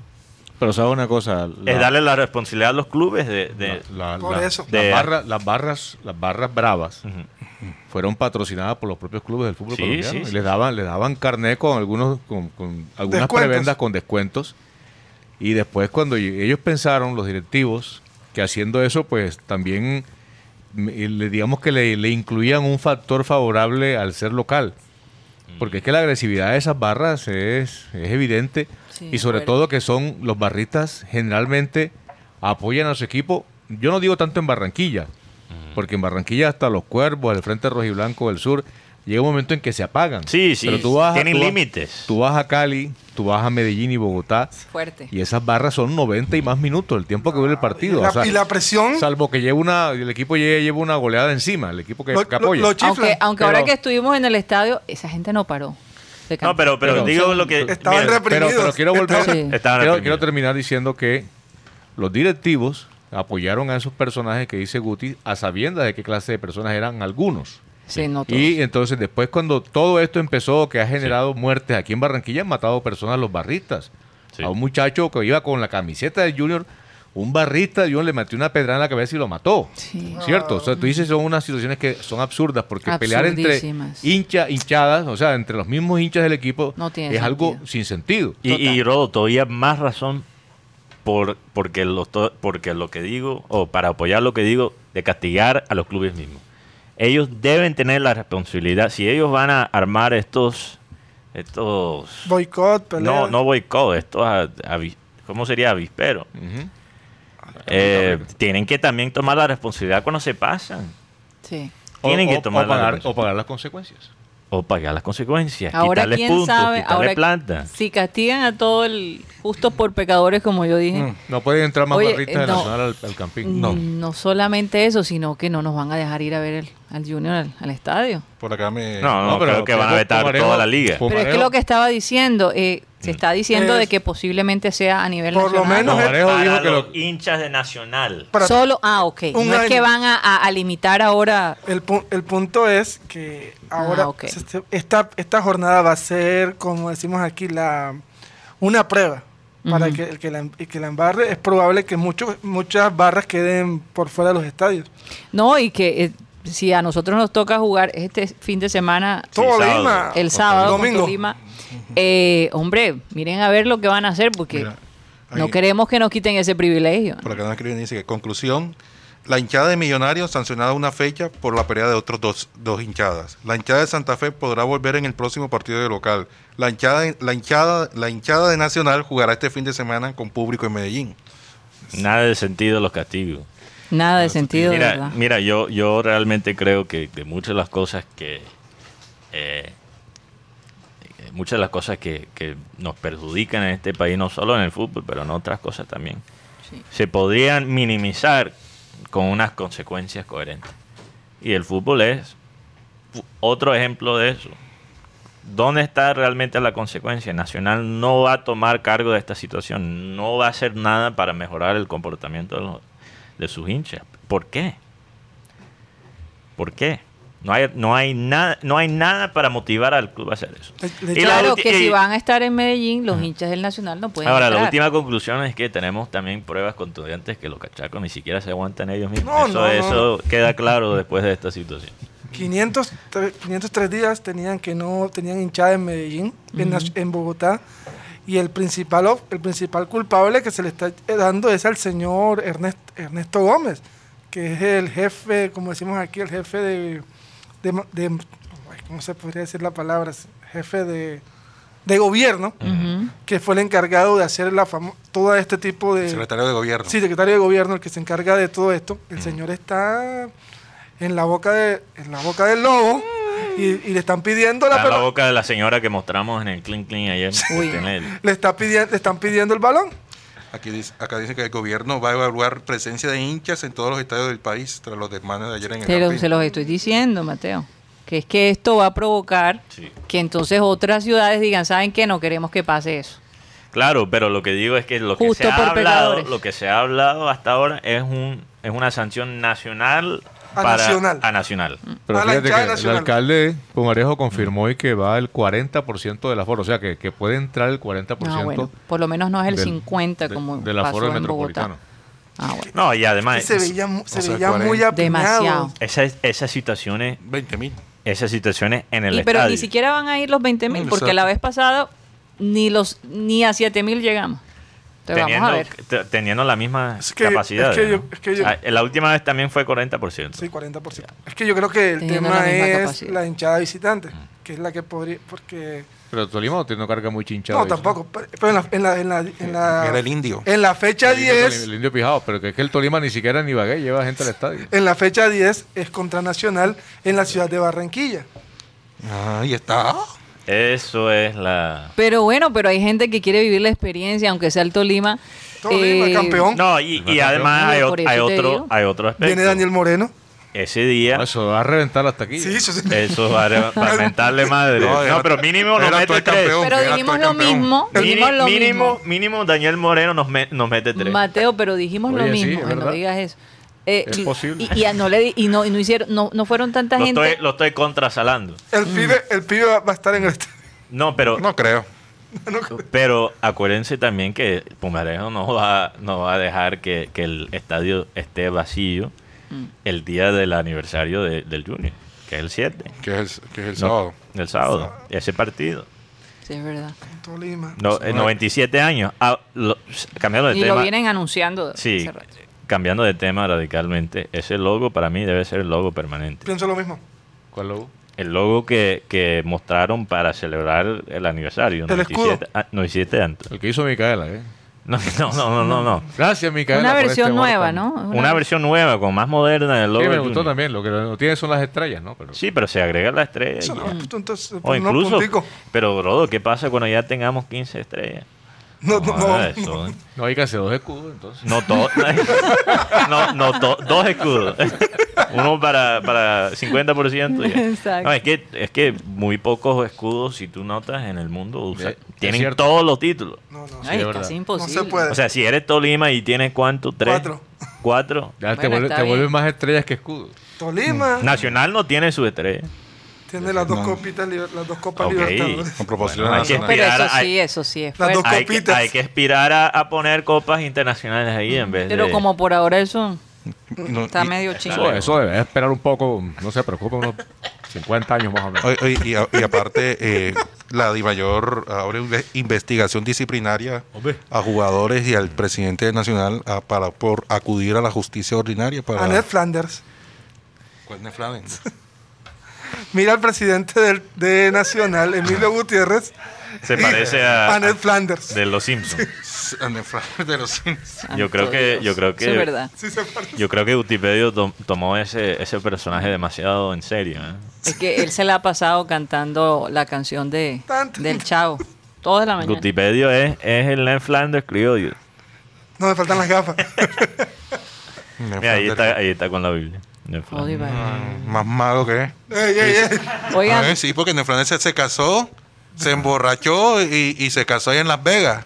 S6: Pero sabes una cosa.
S4: Es darle la responsabilidad a los clubes de... de-
S8: La- la-
S5: Por
S8: la-
S5: eso.
S8: las
S4: De-
S8: barra- las, barras, las barras bravas
S4: Ujú.
S8: fueron patrocinadas por los propios clubes del fútbol
S4: Sí,
S8: colombiano
S4: sí,
S8: y
S4: sí.
S8: les daban, les daban carnet con algunos con, con algunas
S5: Descuentos.
S8: prebendas con descuentos. Y después cuando ll- ellos pensaron, los directivos, que haciendo eso, pues también mm, y le- digamos que le, le incluían un factor favorable al ser local. Porque es que la agresividad de esas barras es, es evidente
S3: Sí,
S8: y sobre
S3: fuerte.
S8: todo que son los barristas generalmente apoyan a su equipo. Yo no digo tanto en Barranquilla, porque en Barranquilla hasta los cuervos, el Frente Rojiblanco del Sur, llega un momento en que se apagan.
S4: Sí, sí,
S8: Pero tú vas a-
S4: tienen
S8: tú vas-
S4: límites.
S8: Tú vas a Cali, tú vas a Medellín y Bogotá
S3: Fuerte.
S8: [laughs] y esas barras son 90 y más minutos, el tiempo que dura el partido.
S5: Y la,
S8: o sea,
S5: y la presión.
S8: Salvo que lleve una, el equipo lleve, lleve una goleada encima, el equipo que,
S5: Lo-
S8: que
S5: lo-
S8: apoya.
S5: lo chiflan.
S3: Aunque, aunque
S8: Pero-
S3: ahora que estuvimos en el estadio, esa gente no paró. de
S4: No,
S3: cantar.
S4: pero, pero,
S8: Pero-
S4: digo lo que...
S5: Estaban
S4: mira,
S5: repre-
S8: pero, pero quiero volver
S5: Estaban-
S3: Sí.
S4: Estaban
S8: quiero,
S4: reprimidos.
S8: quiero terminar diciendo que los directivos apoyaron a esos personajes que dice Guti a sabiendas de qué clase de personas eran algunos
S3: Se notó.
S8: Y entonces después cuando todo esto empezó, que ha generado muertes aquí en Barranquilla, han matado personas los barristas.
S4: Sí.
S8: A un muchacho que iba con la camiseta del Junior, un barrista, Junior le metió una pedrada en la cabeza y lo mató.
S3: Sí.
S8: ¿Cierto? O sea, tú dices, son unas situaciones que son absurdas, porque pelear entre
S3: Absurdísimas.
S8: hincha, hinchadas, o sea, entre los mismos hinchas del equipo,
S3: No
S8: es
S3: tiene
S8: algo
S3: sentido.
S8: sin sentido.
S4: Y, y
S3: Total.
S4: Rodo, todavía más razón por porque lo, to- porque lo que digo, o para apoyar lo que digo, de castigar a los clubes mismos. Ellos deben tener la responsabilidad. Si ellos van a armar estos. estos
S5: Boicot, pelea.
S4: no, no boicot, estos. a- avi- ¿Cómo sería? Avispero.
S8: Ujú.
S4: Eh, tienen que también tomar la responsabilidad cuando se pasan.
S3: Sí.
S8: O-
S4: Tienen que
S8: o-
S4: tomar
S8: o
S4: la
S8: pagar,
S4: responsabilidad.
S8: o pagar las consecuencias.
S4: O pagar las consecuencias.
S3: Ahora
S4: quitarles
S3: quién
S4: puntos,
S3: sabe,
S4: quitarles
S3: ahora
S4: plata.
S3: si castigan a todo el justo por pecadores como yo dije.
S5: Mm.
S8: No pueden entrar más
S3: Oye,
S8: barristas de
S3: no.
S8: Nacional al, al Campín.
S3: Mm, No. solamente eso, sino que no nos van a dejar ir a ver el- al Junior al, al estadio.
S9: Por acá me.
S4: No, no, creo que van a vetar
S8: Pumarejo-
S4: toda la liga.
S8: Pumarejo-
S3: Pero es que lo que estaba diciendo, eh, se está diciendo
S5: Es-
S3: de que posiblemente sea a nivel
S5: Por lo
S3: nacional.
S5: menos-
S8: Pumarejo
S4: para
S8: dijo que
S4: los
S8: lo-
S4: hinchas de Nacional.
S5: Para-
S3: Solo, ah, ok.
S5: Un
S3: No es que
S5: año.
S3: van a, a- a limitar ahora.
S5: El, pu- el punto es que ahora
S3: Ah, ok.
S5: se- se- esta, esta jornada va a ser, como decimos aquí, la una prueba. Para
S3: Ujú.
S5: que el que, la, el que la embarre, es probable que muchos muchas barras queden por fuera de los estadios.
S3: No, y que eh, si a nosotros nos toca jugar este fin de semana,
S5: Todo
S4: sábado.
S5: Lima.
S3: el sábado, con
S5: Ah, Domingo.
S3: Tolima, eh, hombre, miren a ver lo que van a hacer, porque
S9: Mira,
S3: no
S9: ahí-
S3: queremos que nos quiten ese privilegio.
S9: Por acá nos escriben, dice que conclusión. La hinchada de Millonarios sancionada una fecha por la pelea de otros dos, dos hinchadas. La hinchada de Santa Fe podrá volver en el próximo partido de local. La hinchada, la hinchada, la hinchada de Nacional jugará este fin de semana con público en Medellín.
S4: Nada de sentido los castigos.
S3: Nada de sentido, de
S4: Mira,
S3: verdad.
S4: mira yo, yo realmente creo que de muchas de las cosas que. eh, eh, muchas de las cosas que, que nos perjudican en este país, no solo en el fútbol, pero en otras cosas también,
S3: Sí.
S4: se podrían minimizar con unas consecuencias coherentes. Y el fútbol es u- otro ejemplo de eso. ¿Dónde está realmente la consecuencia? Nacional no va a tomar cargo de esta situación, no va a hacer nada para mejorar el comportamiento de, los- de sus hinchas. ¿Por qué? ¿Por qué? No hay, no hay nada, no hay nada para motivar al club a hacer eso.
S5: Le- le-
S4: Y la
S3: Claro
S4: ulti-
S3: que
S4: y-
S3: si van a estar en Medellín, los hinchas del Nacional no pueden
S4: Ahora, la
S3: entrar.
S4: última conclusión es que tenemos también pruebas contundentes que los cachacos ni siquiera se aguantan ellos mismos.
S5: No,
S4: eso
S5: no, no.
S4: eso queda claro después de esta situación.
S5: 500, tre- 503 días tenían que no tenían hinchada en Medellín, en, Nas- en Bogotá. Y el principal, of- el principal culpable que se le está dando es al señor Ernest- Ernesto Gómez, que es el jefe, como decimos aquí, el jefe de. de ma- de- ay, ¿Cómo se podría decir la palabra? Jefe de, de gobierno,
S3: Ujú.
S5: que fue el encargado de hacer la famo- todo este tipo de.
S9: El secretario de gobierno.
S5: Sí, secretario de gobierno, el que se encarga de todo esto. El señor está en la boca de, en la boca del lobo y, y le están pidiendo la,
S4: Está la
S5: pelota-
S4: boca de la señora que mostramos en el Clean Clean ayer.
S3: Uy.
S4: Está en el-
S5: le está pidiendo, le están pidiendo el balón.
S9: Aquí dice, acá dice que el gobierno va a evaluar presencia de hinchas en todos los estadios del país tras los desmanes de ayer en el
S3: Pero
S4: pues.
S9: Campín.
S3: se los estoy diciendo, Mateo, que es que esto va a provocar
S4: Sí.
S3: que entonces otras ciudades digan, ¿saben qué? No queremos que pase eso.
S4: Claro, pero lo que digo es que lo que,
S3: Justo
S4: se ha
S3: por
S4: hablado,
S3: pecadores.
S4: lo que se ha hablado hasta ahora es un es una sanción nacional
S5: A Nacional.
S4: a Nacional.
S8: Pero
S5: A la
S8: fíjate
S5: hinchada
S8: que el
S5: nacional.
S8: alcalde Pumarejo confirmó hoy que va el 40% del aforo, o sea que, que puede entrar el 40%
S3: Ah, bueno, por lo menos no es el
S8: del-
S3: 50
S8: de-
S3: como
S8: del
S3: pasó
S8: aforo del
S3: en Bogotá.
S8: metropolitano.
S3: Ah, bueno.
S4: No, y
S5: Y
S4: además
S5: se veía, mu- se
S9: o sea,
S5: veía muy
S9: 40.
S5: apiñado.
S3: Demasiado.
S4: esas esas situaciones
S9: 20 mil.
S4: esas situaciones en el
S3: Y, pero ni
S4: estadio.
S3: siquiera van a ir los 20 mil,
S9: Mm,
S3: porque la
S9: exacto.
S3: vez pasada ni los ni a 7 mil llegamos. Te vamos
S4: teniendo,
S3: a ver.
S4: te- teniendo la misma
S5: Es que-
S4: capacidad.
S5: es que
S4: ¿no?
S5: yo- es que yo-
S4: Ah, La última vez también fue 40%.
S5: Sí, 40%. Es que yo creo que el
S3: Teniendo la
S5: tema
S3: misma
S5: es
S3: capacidad.
S5: la hinchada visitante, que es la que podría, porque
S8: Pero Tolima no tiene una carga muy chinchada.
S5: no
S8: ¿sí?
S5: tampoco, pero pero en la, en la, en la, en la-
S9: Era el indio.
S5: en la fecha
S8: El indio, Tolima-
S5: 10
S8: el indio pijado, pero que es que el Tolima ni siquiera ni Ibagué lleva gente al estadio.
S5: en la fecha 10 es contra Nacional en la ciudad de Barranquilla.
S9: Ahí está.
S4: Eso es la.
S3: Pero bueno, pero hay gente que quiere vivir la experiencia, aunque sea el Tolima.
S5: Tolima,
S3: eh,
S5: campeón.
S4: No, y, y además hay,
S3: Por
S4: ot-
S3: eso
S4: hay
S3: te
S4: otro,
S3: digo.
S4: hay otro aspecto.
S5: Viene Daniel Moreno.
S4: Ese día,
S8: No, Eso va a reventar hasta aquí. eh.
S5: Sí, yo sé.
S4: eso
S3: [laughs]
S4: va a lamentarle madre.
S9: No,
S4: No,
S9: era-
S4: pero mínimo nos
S9: era
S4: mete
S9: actual
S4: tres.
S9: campeón.
S3: Pero
S9: Era actual
S3: dijimos lo
S9: campeón.
S3: mismo. Dijimos
S4: Mini-
S3: lo
S4: mínimo,
S3: mismo.
S4: mínimo Daniel Moreno nos, me- nos mete tres.
S3: Mateo, pero dijimos
S8: Oye,
S3: lo
S8: sí,
S3: mismo.
S8: es
S3: Ay, no
S8: verdad.
S3: digas eso. Eh,
S8: Es
S3: y-
S8: posible.
S3: Y, y a- no, le, di- y no, y no hicieron, no, no fueron tanta
S4: Lo
S3: gente.
S4: estoy, lo estoy contrasalando.
S5: El, pibe, el pibe va va a estar en el estadio.
S4: No, pero,
S9: No creo.
S4: pero acuérdense también que Pumarejo no va, no va a dejar que, que el estadio esté vacío
S3: Mm.
S4: el día del aniversario de- del Junior, que es el 7,
S9: Que es el, que es el
S4: No.
S9: sábado.
S4: el sábado, ese partido.
S3: Sí, es verdad.
S5: Tolima.
S4: No, eh, 97 años. Ah, lo- cambiando de
S3: Y
S4: tema.
S3: lo vienen anunciando.
S4: Sí,
S3: hace rato.
S4: cambiando de tema radicalmente, ese logo para mí debe ser el logo permanente.
S5: Pienso lo mismo.
S4: Eh,
S8: ¿Cuál lo?
S4: El logo que, que mostraron para celebrar el aniversario.
S5: El escudo.
S4: 97 ah, 97 antes.
S8: El que hizo Micaela, ¿eh?
S4: No, [laughs] no, no, no, no. no.
S8: Gracias, Micaela.
S3: Una
S8: por
S3: versión
S8: este
S3: nueva,
S8: orden.
S3: ¿no?
S4: Una, versión nueva, con más moderna del
S8: Sí,
S4: logo.
S8: me
S4: del
S8: gustó
S4: Junior.
S8: también. Lo que no tiene son las estrellas, ¿no? Pero
S4: Sí, pero se agrega la estrella.
S5: Eso no,
S4: ya.
S5: puto, entonces,
S4: o
S5: pues, no,
S4: incluso,
S5: puntico.
S4: pero Rodo, ¿qué pasa cuando ya tengamos 15 estrellas?
S5: No, no, no.
S4: ah, eso, ¿eh?
S8: no hay que hacer dos escudos, entonces.
S4: No todo. [laughs] no, no to- dos escudos. [laughs] Uno para, para 50%. ya.
S3: Exacto.
S4: No, es que, es que muy pocos escudos, si tú notas, en el mundo usa-
S8: Es
S4: tienen
S8: cierto.
S4: todos los títulos.
S5: No, no.
S3: Ay,
S8: es
S3: es
S8: verdad.
S3: casi
S5: No
S3: imposible.
S5: se puede.
S4: O sea, si eres Tolima y tienes cuánto, tres.
S5: Cuatro.
S4: Cuatro.
S8: Ya te,
S3: Bueno,
S8: vuelve-
S3: está
S8: te
S3: bien.
S8: vuelven más estrellas que escudos.
S5: Tolima
S4: Nacional mm, no tiene su E estrella.
S5: tiene las dos,
S9: No.
S5: copitas, liber- las dos copas
S4: Ok.
S5: libertadores.
S9: Con propósito
S4: Bueno, hay que
S9: nacional.
S3: Pero eso
S4: Tirar, hay-
S3: sí, eso sí es
S5: Las
S3: fuerte.
S5: dos
S4: Hay que,
S5: Copitas.
S4: hay que aspirar a, a poner copas internacionales ahí en vez
S3: Pero
S4: de.
S3: como por ahora eso
S9: No,
S3: está
S9: y-
S3: medio
S8: Eso,
S3: chingo.
S4: Dale,
S8: eso debe esperar un poco, no se preocupe, unos 50 años más o menos.
S9: Oye, oye, y, a- y aparte, eh, la DIMAYOR abre una investigación disciplinaria
S8: Hombre.
S9: a jugadores y al presidente nacional a- para, por acudir a la justicia ordinaria para... Pues,
S5: A Ned Flanders.
S9: ¿Cuál Ned [laughs] Flanders?
S5: Mira al presidente del, de Nacional, Emilio Gutiérrez,
S4: Se parece
S5: [laughs]
S4: a.
S5: a Ned Flanders.
S4: de los Simpsons.
S9: A Ned Flanders de los Simpsons.
S3: Ah,
S4: Yo creo que- yo creo que-
S3: Eso es verdad.
S5: Sí, se parece.
S4: Yo creo que Wikipedia tom- tomó ese, ese personaje demasiado en serio. ¿eh?
S3: Es que él se la ha pasado cantando la canción de
S5: Tanto.
S3: del Chavo. Toda la mañana.
S4: Gutipedio es, es el Ned Flanders criollo.
S5: No, me faltan
S4: [laughs]
S5: las gafas.
S4: Mira, ahí está, ahí está con la Biblia. Ned
S3: Joder,
S4: Flanders.
S3: vale.
S9: Mm, Más malo que es.
S5: Ey, ey, ey.
S9: A
S3: Oigan,
S9: ver, sí, porque Ned Flanders se, se casó, se emborrachó y, y se casó ahí en Las Vegas.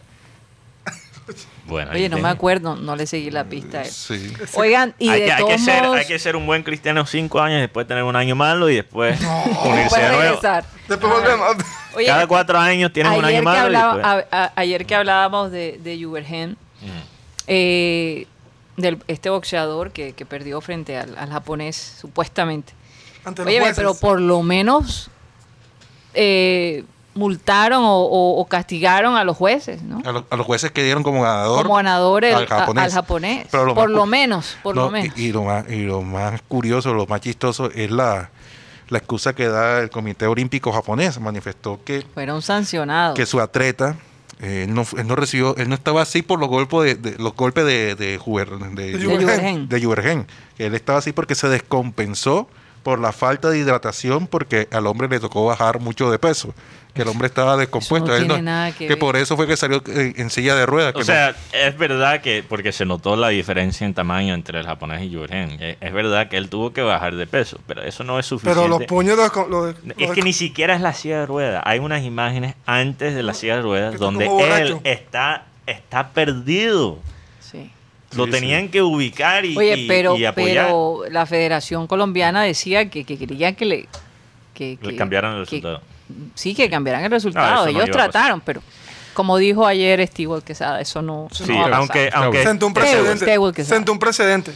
S4: Bueno, ahí
S3: oye, no
S4: tiene.
S3: me acuerdo, no le seguí la pista a él.
S9: Sí.
S3: Oigan, y
S4: hay,
S3: de
S4: que, hay que
S3: todos
S4: ser,
S3: modos,
S4: hay que ser un buen cristiano cinco años, después tener un año malo y después unirse
S3: [laughs] puedes
S4: de nuevo.
S3: regresar.
S5: Después volvemos.
S3: Oye,
S4: Cada cuatro años tienes un año
S3: ayer que,
S4: malo. y
S3: hablaba-
S4: después-
S3: a- a- ayer que hablábamos de, de Juvergen,
S4: Mm.
S3: eh, del este boxeador que, que perdió frente al, al japonés, supuestamente.
S5: Ante los
S3: Oye,
S5: jueces.
S3: pero por lo menos eh, multaron o, o- o castigaron a los jueces, ¿no?
S9: A, lo- a los jueces que dieron como ganador.
S3: Como ganador el-
S9: al japonés.
S3: a- al japonés.
S9: Pero lo
S3: por
S9: más
S3: lo
S9: cu-
S3: menos, por
S9: No,
S3: lo menos.
S9: Y, y lo más, y lo más curioso, lo más chistoso es la, la excusa que da el Comité Olímpico Japonés. Manifestó que,
S3: Fueron sancionados.
S9: que su atleta, eh, él no, fu- él no recibió, él no estaba así por los golpes de, de- los golpes de, de, Juber- de,
S5: De
S3: Juvergen.
S9: de Juvergen. Él estaba así porque se descompensó por la falta de hidratación porque al hombre le tocó bajar mucho de peso. Que el hombre estaba descompuesto.
S3: no
S9: Él
S3: tiene nada que ver.
S9: por eso fue que salió eh, en, silla de ruedas. que
S4: O
S9: no-
S4: sea, es verdad que, porque se notó la diferencia en tamaño entre el japonés y Jurgen. Es, es verdad que él tuvo que bajar de peso, pero eso no es suficiente.
S5: Pero los puños de... Lo de- lo
S4: es
S5: de-
S4: que ni siquiera es la silla de ruedas. Hay unas imágenes antes de la silla de
S5: Ah, Que
S4: ruedas
S5: está
S4: donde
S5: como
S4: él
S5: borracho.
S4: está, está perdido.
S3: Sí.
S4: Lo
S9: Sí,
S4: tenían que ubicar y,
S3: Oye,
S4: y-
S3: pero,
S4: y apoyar.
S3: pero la Federación Colombiana decía que, que quería que le... Que,
S4: Le
S3: que-
S4: cambiaran el
S3: que-
S4: resultado.
S3: sí, que cambiaran el resultado.
S4: eso no
S3: Ellos
S4: iba a pasar.
S3: trataron, pero como dijo ayer Steve Quesada, eso no, eso
S4: Sí,
S3: no va a pasar.
S4: aunque,
S8: Está
S4: aunque
S8: bueno.
S5: Sentó un
S3: Tebul, Tebul
S5: precedente.
S3: que sea.
S5: Sentó un precedente.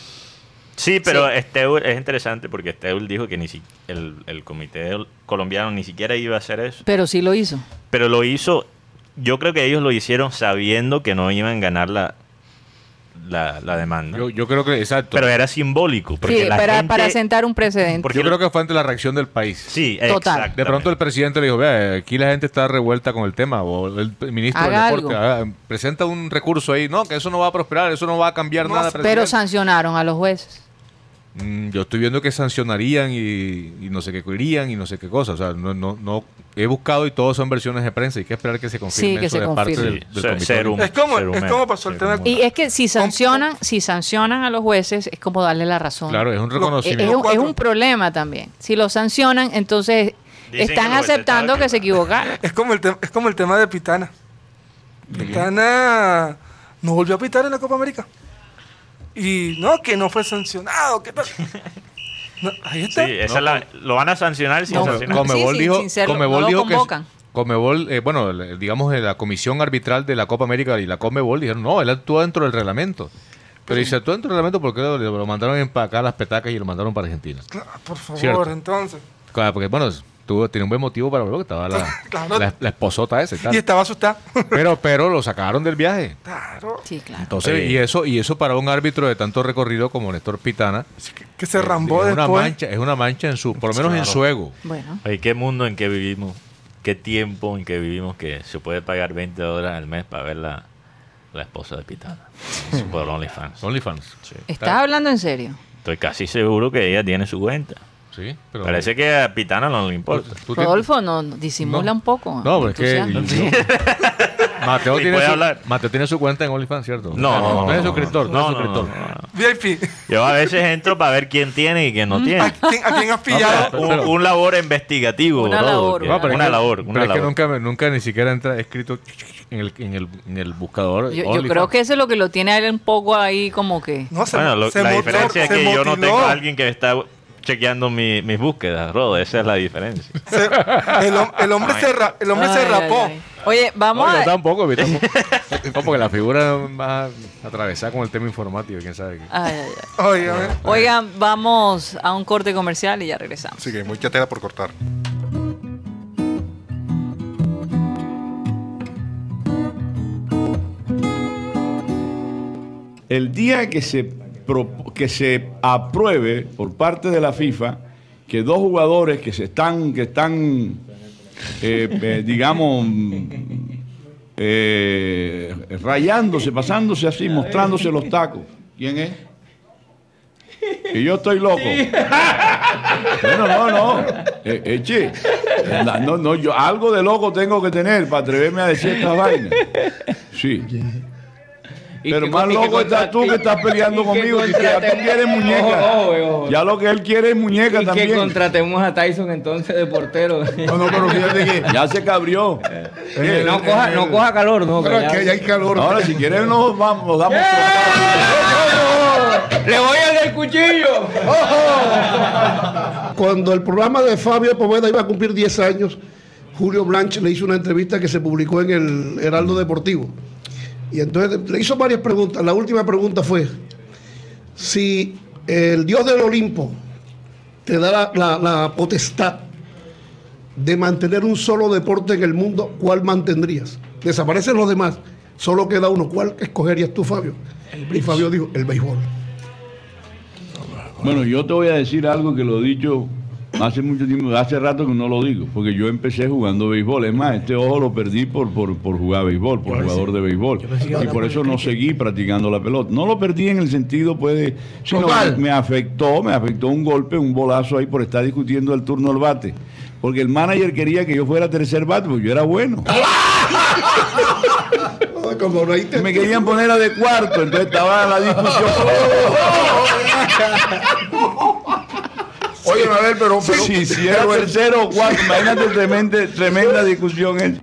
S4: Sí, pero
S3: Sí.
S4: Esteul es interesante porque Esteul dijo que ni si- el, el comité ol- colombiano ni siquiera iba a hacer eso.
S3: Pero sí lo hizo.
S4: Pero lo hizo, yo creo que ellos lo hicieron sabiendo que no iban a ganar la, la, la demanda.
S8: Yo, yo creo que, exacto.
S4: pero era simbólico. Porque
S3: Sí,
S4: la
S3: para,
S4: gente-
S3: para sentar un precedente.
S4: porque
S8: yo creo que fue ante la reacción del país.
S4: Sí,
S3: Total.
S4: exactamente.
S8: De pronto el presidente le dijo, vea, aquí la gente está revuelta con el tema, o el ministro
S3: Haga
S8: del deporte
S3: algo.
S8: haga- presenta un recurso ahí, no, que eso no va a prosperar, eso no va a cambiar nada.
S3: pero
S8: presidente".
S3: sancionaron a los jueces.
S8: Mm, yo estoy viendo que sancionarían y, y no sé qué irían y no sé qué cosa, o sea, no, no, no, he buscado y todos son versiones de prensa, y hay que esperar que se confirme
S3: Sí, que
S8: eso
S3: se
S8: de
S3: confirme.
S8: parte del,
S4: Sí,
S8: del
S4: ser-
S8: comité.
S4: ser humano.
S5: Es como-
S4: ser
S5: es
S4: humano,
S5: como pasó el
S4: ser
S5: tema-
S4: humano.
S3: Y es que si sancionan, si sancionan a los jueces, es como darle la razón.
S8: Claro, es un
S3: eh, Es,
S8: reconocimiento.
S3: es un, es
S5: Cuatro.
S3: un problema también. Si los sancionan, entonces
S4: Dicen que
S3: están
S4: los
S3: aceptando que
S4: veteranos
S3: se
S4: que van.
S3: equivocaron.
S5: Es como el, te- es como el tema de Pitana. Pitana no volvió a pitar en la Copa América. Y no, que no fue
S4: [laughs]
S5: sancionado. Que tal. No, ahí
S4: Sí, eh.
S5: está.
S4: esa es la- lo van a sancionar sin
S3: No,
S4: sancionar.
S3: no.
S8: Comebol
S3: Sí, sí,
S8: dijo,
S3: sin serlo,
S8: Comebol
S3: no lo
S8: dijo que
S3: convocan.
S8: Comebol, eh, bueno, el- digamos eh, la comisión arbitral de la Copa América y la Comebol dijeron, no, él actúa dentro del reglamento. Pero si se actúa dentro del reglamento, ¿por qué lo, lo mandaron en- para acá a las petacas y lo mandaron para Argentina?
S5: Claro, por favor,
S8: Cierto.
S5: entonces.
S8: Claro, porque bueno, tuvo, tenía un buen motivo para volver, que estaba la,
S5: Claro.
S8: la- la esposota esa y tal.
S5: Y estaba asustado.
S8: Pero, pero lo sacaron del viaje.
S5: claro.
S3: Sí, claro.
S8: Entonces,
S4: Sí.
S8: y eso, y eso para un árbitro de tanto recorrido como Néstor Pitana,
S5: Que
S4: Eh,
S5: se rambó
S8: es una
S5: después.
S8: mancha, es una mancha en su, por lo menos en su ego.
S3: Bueno,
S4: Oye, qué mundo en que vivimos, qué tiempo en que vivimos que se puede pagar 20 dólares al mes para ver la, la esposa de Pitana. Sí, Por OnlyFans.
S8: OnlyFans. Sí.
S3: ¿estás hablando en serio?
S4: Estoy casi seguro que ella tiene su cuenta.
S8: Sí, pero
S4: Parece que a Pitana no le
S8: Tú-
S4: importa.
S8: tú tienes-
S3: Rodolfo, no, no, disimula
S8: No.
S3: un poco.
S8: No, pero es que
S3: entusiasmo.
S8: [laughs] Mateo,
S4: Ni
S8: tiene
S4: puede
S8: su,
S4: hablar.
S8: Mateo tiene su cuenta en OnlyFans, ¿cierto?
S4: No, no, no,
S8: es
S4: no,
S8: suscriptor.
S4: no,
S8: No,
S4: no,
S8: es
S4: no,
S8: suscriptor.
S4: no, no.
S5: VIP.
S4: Yo a veces entro para ver quién tiene y quién
S8: Mm.
S4: Eh. no tiene.
S5: ¿A quién, a quién has
S4: O sea,
S5: pillado?
S8: pero-
S4: un, un labor investigativo,
S3: Una
S4: bro,
S3: labor,
S4: que-
S3: una
S8: pero es
S4: una
S8: que-
S4: labor,
S8: pero
S4: una
S8: es que
S4: labor.
S8: nunca, nunca ni siquiera entra escrito en el, en el, en el buscador.
S3: Yo- Yo,
S8: OnlyFans.
S3: creo que eso es lo que lo tiene a él un poco ahí como que...
S5: No,
S4: [laughs]
S5: se,
S4: Bueno, lo-
S5: se
S4: la
S5: motor-
S4: diferencia es
S5: se
S4: que yo no
S5: motiló.
S4: tengo a alguien que está chequeando mi- mis búsquedas, Rodo. Esa es la
S5: [laughs]
S4: diferencia.
S5: Se- el, hom- el hombre, se, ra- el hombre se
S3: Ay, ay,
S5: rapó.
S3: ay. Oye, vamos
S8: No, yo
S3: a...
S8: tampoco, yo tampoco. No, porque la figura va atravesada con el tema informático, quién sabe qué.
S3: Ay, ay, ay.
S5: Óigame.
S3: Oigan, vamos a un corte comercial y ya regresamos.
S9: Así que mucha tela por cortar.
S10: El día que se, pro- que se apruebe por parte de la FIFA que dos jugadores que se están, que están eh, eh, digamos, mm, eh, rayándose, pasándose así, mostrándose los tacos. ¿Quién es? Que yo estoy loco. Bueno, no, no. Eh, eh, che, eh, na- no, no, yo algo de loco tengo que tener para atreverme a decir estas vainas. Sí. Pero más loco estás tú que estás peleando conmigo. que ya tú quieres muñeca. Ya lo que él quiere es muñeca también.
S11: contratemos a Tyson entonces de
S10: [laughs]
S11: portero.
S10: No, no, pero fíjate que. Ya se cabrió. Eh, eh, eh,
S11: calor, no.
S12: Pero es que ya hay calor.
S10: Ahora, si quieres, nos vamos, nos damos.
S11: ¡Eh! ¡Le voy a dar el cuchillo!
S12: Cuando el programa de Fabio Poveda iba a cumplir 10 años, Julio Blanche le hizo una entrevista que se publicó en el Heraldo Deportivo. Y entonces le hizo varias preguntas. La última pregunta fue, si el Dios del Olimpo te da la, la- la potestad de mantener un solo deporte en el mundo, ¿cuál mantendrías? Desaparecen los demás, solo queda uno. ¿Cuál escogerías tú, Fabio? Y Fabio dijo, el béisbol.
S10: Bueno, yo te voy a decir algo que lo he dicho hace mucho tiempo, hace rato que no lo digo, porque yo empecé jugando béisbol. Es más, este ojo lo perdí por, por, por jugar béisbol, por jugador de béisbol. Y por eso no seguí practicando la pelota. No lo perdí en el sentido, pues, de- sino
S12: Total.
S10: me, me afectó, me afectó un golpe, un bolazo ahí por estar discutiendo el turno al bate. Porque el manager quería que yo fuera tercer bate, porque yo era bueno.
S12: Como no hay te-
S10: Me querían poner a de cuarto, entonces estaba la discusión.
S12: Oye, a ver, pero... pero-
S10: Si, si era tercero o cuarto, imagínate tremenda, [laughs] tremenda discusión esa.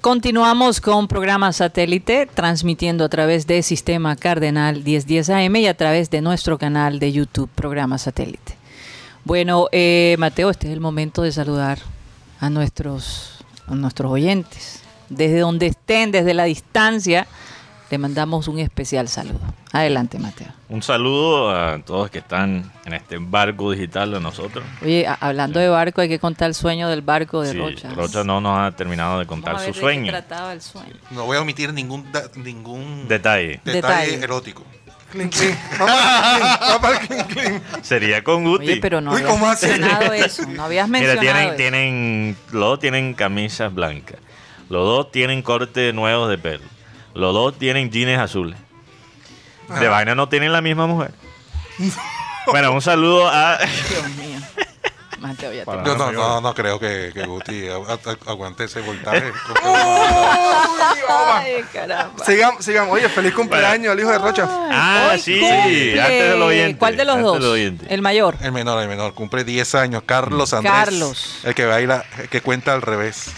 S3: Continuamos con programa satélite, transmitiendo a través de Sistema Cardenal 1010 AM y a través de nuestro canal de YouTube, programa satélite. Bueno, eh, Mateo, este es el momento de saludar a nuestros, a nuestros oyentes. Desde donde estén, desde la distancia, le mandamos un especial saludo. Adelante, Mateo.
S4: Un saludo a todos que están en este barco digital de nosotros.
S3: Oye, a- hablando de barco, hay que contar el sueño del barco de
S4: Sí,
S3: Rocha.
S4: Rocha no nos ha terminado
S3: Vamos
S4: de
S3: a
S4: contar
S3: ver
S4: su
S3: de qué
S4: sueño.
S3: trataba el sueño.
S9: No voy a omitir ningún, da- ningún
S4: Detalle.
S9: detalle
S3: Detalle.
S9: erótico.
S5: Clean, clean. Va para
S4: [laughs]
S5: el clean, clean.
S4: Sería con Guti.
S3: Oye, pero no
S5: Uy,
S3: habías
S5: ¿cómo así?
S3: mencionado eso. No habías
S4: Mira,
S3: mencionado
S4: tienen,
S3: eso.
S4: tienen, los dos tienen camisas blancas. Los dos tienen cortes nuevos de pelo. Los dos tienen jeans azules. De
S3: Ah.
S4: vaina no tienen la misma
S5: [laughs]
S4: mujer. bueno, un saludo a.
S3: Dios mío. Mateo, ya te
S9: Yo no, no, no creo que, que Guti a- a- aguante ese voltaje.
S3: Ay, caramba.
S5: Sigamos, sigamos. Oye, feliz cumpleaños al hijo de Rocha.
S4: Ah,
S3: Hoy
S4: sí,
S3: cumple-
S4: antes del oyente,
S3: ¿Cuál de los
S4: antes
S3: dos?
S4: del oyente.
S3: El mayor.
S9: El menor, el menor, cumple 10 años. Carlos Andrés.
S3: Carlos.
S9: El que baila, el que cuenta al revés.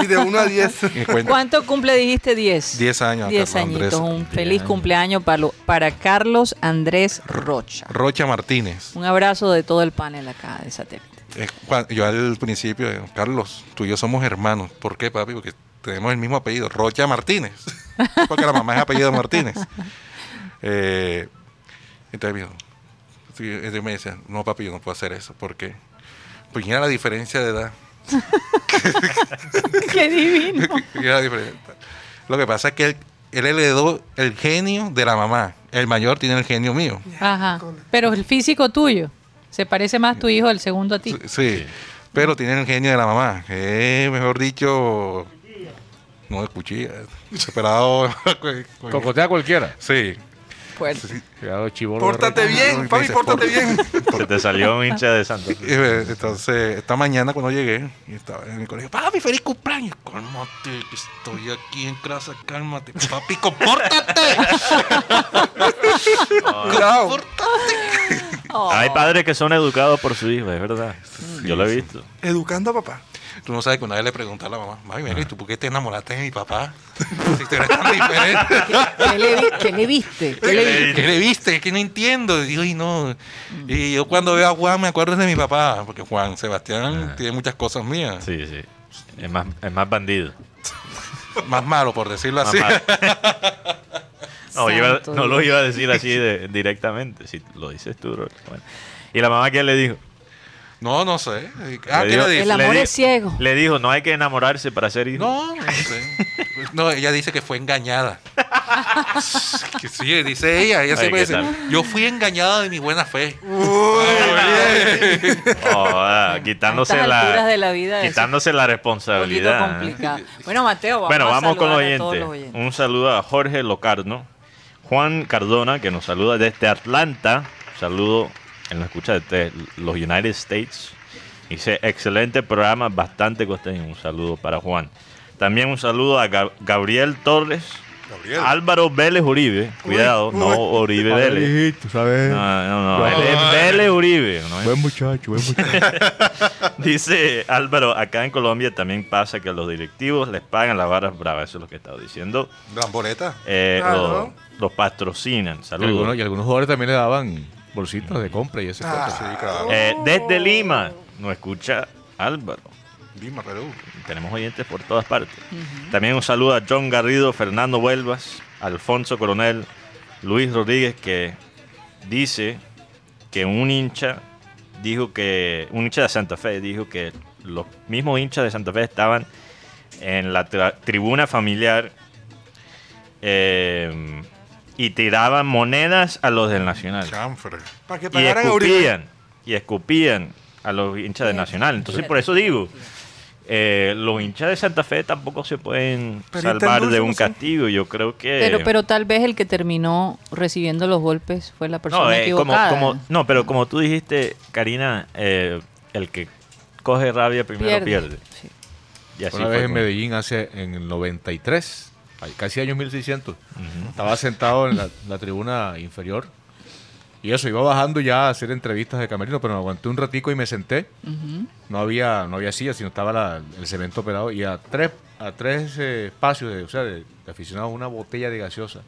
S5: Y de 1 a 10.
S3: [laughs]
S9: Y cuenta
S3: ¿Cuánto cumple dijiste? 10.
S9: 10 años.
S3: 10
S9: Carlos Andrés.
S3: añitos. Un feliz cumpleaños para, lo- para Carlos Andrés Rocha.
S9: Rocha Martínez.
S3: Un abrazo de todo el panel acá de
S9: [laughs]
S3: satélite.
S9: Es cua- Yo al principio, eh, Carlos, tú y yo somos hermanos. ¿Por qué, papi? Porque tenemos el mismo apellido, Rocha Martínez. [laughs] Porque la mamá es apellido Martínez. Eh, entonces me dijo, sí, entonces me decía, no, papi, yo no puedo hacer eso. ¿Por qué? Pues mira la diferencia de edad.
S3: ¡Qué divino!
S9: [laughs] Mira la diferencia. Lo que pasa es que él, él heredó el genio de la mamá. El mayor tiene el genio mío.
S3: Ajá. Pero el físico tuyo. Se parece más tu hijo, el segundo a ti.
S9: Sí, pero tienen el genio de la mamá. Eh, mejor dicho, no de cuchilla. Separado.
S8: Cocotea a cualquiera.
S9: sí.
S3: Fuerte.
S8: Cuidado, chibolo.
S5: Pórtate bien, papi, pórtate bien.
S4: Se te salió un hincha de
S9: [laughs]
S4: Santos.
S9: Eh, Entonces, esta mañana cuando llegué, y estaba en el colegio, papi, feliz cumpleaños. Cálmate, que estoy aquí en casa, cálmate. Papi, compórtate.
S5: [laughs] Cuidado.
S4: Hay padres que son educados por su hijo, es verdad. Yo lo he visto.
S5: Educando a papá.
S9: Tú no sabes que una vez le pregunté a la mamá, mami,
S4: Ah.
S9: mira, ¿y tú por qué te enamoraste de mi papá? Si tú eres tan diferente.
S3: Oh, ¿Qué le, vi- qué le viste? [laughs] ¿Qué le viste?
S9: ¿Qué le viste? Es que no entiendo. Y digo, "Ay, no.
S3: Mm.
S9: Y yo cuando veo a Juan me acuerdo de mi papá, porque Juan Sebastián tiene muchas cosas mías.
S4: Ah. Sí, sí. Es más, es más bandido.
S9: Más malo, por decirlo
S4: Más
S9: así.
S4: malo. No, iba-
S3: Santo
S4: no lo
S3: Dios.
S4: iba a decir así de- directamente. Si lo dices tú, bro. Bueno. ¿Y la mamá qué le dijo?
S9: [laughs] No, no sé. Ah,
S4: Le dijo-
S9: ¿qué le
S3: El
S9: dice?
S4: le
S3: amor
S4: di-
S3: es ciego.
S4: Le dijo, no hay que enamorarse para ser hijo.
S9: No, no sé. No, ella dice que fue engañada. [laughs] Que sí, dice ella. Ella
S4: Ay,
S9: siempre
S4: ¿qué
S9: dice,
S4: tal?
S9: yo fui engañada de mi buena fe. Ah,
S4: Joda, ah, quitándose
S3: A estas alturas
S4: la,
S3: de la vida es
S4: quitándose la
S3: un poquito
S4: responsabilidad. ¿eh?
S3: complicado. Bueno, Mateo, vamos
S4: Bueno,
S3: a
S4: vamos con los
S3: saludar a todos
S4: oyentes.
S3: los oyentes.
S4: Un saludo a Jorge Locarno, Juan Cardona, que nos saluda desde Atlanta. Saludo en la escucha de los United States. Dice, excelente programa, bastante costeño. Un saludo para Juan. También un saludo a Gab- Gabriel Torres,
S9: Gabriel.
S4: Álvaro Vélez Uribe. Cuidado, no Uribe Vélez.
S6: ¿sabes?
S4: No, no, no.
S6: Ay.
S4: él es Vélez Uribe. no es
S6: Buen muchacho, buen muchacho.
S4: [laughs] Dice Álvaro, acá en Colombia también pasa que a los directivos les pagan las varas bravas, eso es lo que he estado diciendo.
S9: Gran boleta.
S4: Eh,
S5: Claro.
S4: los, los patrocinan,
S6: [laughs] Y algunos,
S4: saludos.
S6: y algunos jugadores también le daban bolsitas de compra y esas cosas.
S9: Ah, Sí, claro.
S4: Eh, desde Lima, nos escucha Álvaro.
S9: Lima, Perú.
S4: Tenemos oyentes por todas partes. También un saludo a John Garrido, Fernando Huelvas, Alfonso Coronel, Luis Rodríguez, que dice que un hincha dijo que un hincha de Santa Fe dijo que los mismos hinchas de Santa Fe estaban en la tra- tribuna familiar eh, y tiraban monedas a los del Nacional
S9: Chanfre.
S5: Para que
S4: y
S5: pagaran a Uribe.
S4: escupían y escupían a los hinchas de Nacional. Entonces, por eso digo, eh, los hinchas de Santa Fe tampoco se pueden
S5: Pero
S4: salvar
S5: Inter
S4: de
S5: no
S4: un
S5: son-
S4: castigo. Yo creo que
S3: Pero, pero tal vez el que terminó recibiendo los golpes fue la persona
S4: no, eh, como,
S3: equivocada.
S4: como- no, pero como tú dijiste, Karina, eh, el que coge rabia primero
S3: Pierde.
S4: pierde.
S3: Sí.
S4: Y así
S6: Una
S4: fue
S6: vez en
S4: con-
S6: Medellín, hace en el 93, ay, casi años 1600, estaba sentado en la, la tribuna inferior y eso, iba bajando ya a hacer entrevistas de camerino, pero me aguanté un ratico y me senté. No había no había silla, sino estaba la- el cemento operado y a tres a tres eh, espacios, de, o sea, de, de aficionados, una botella de gaseosa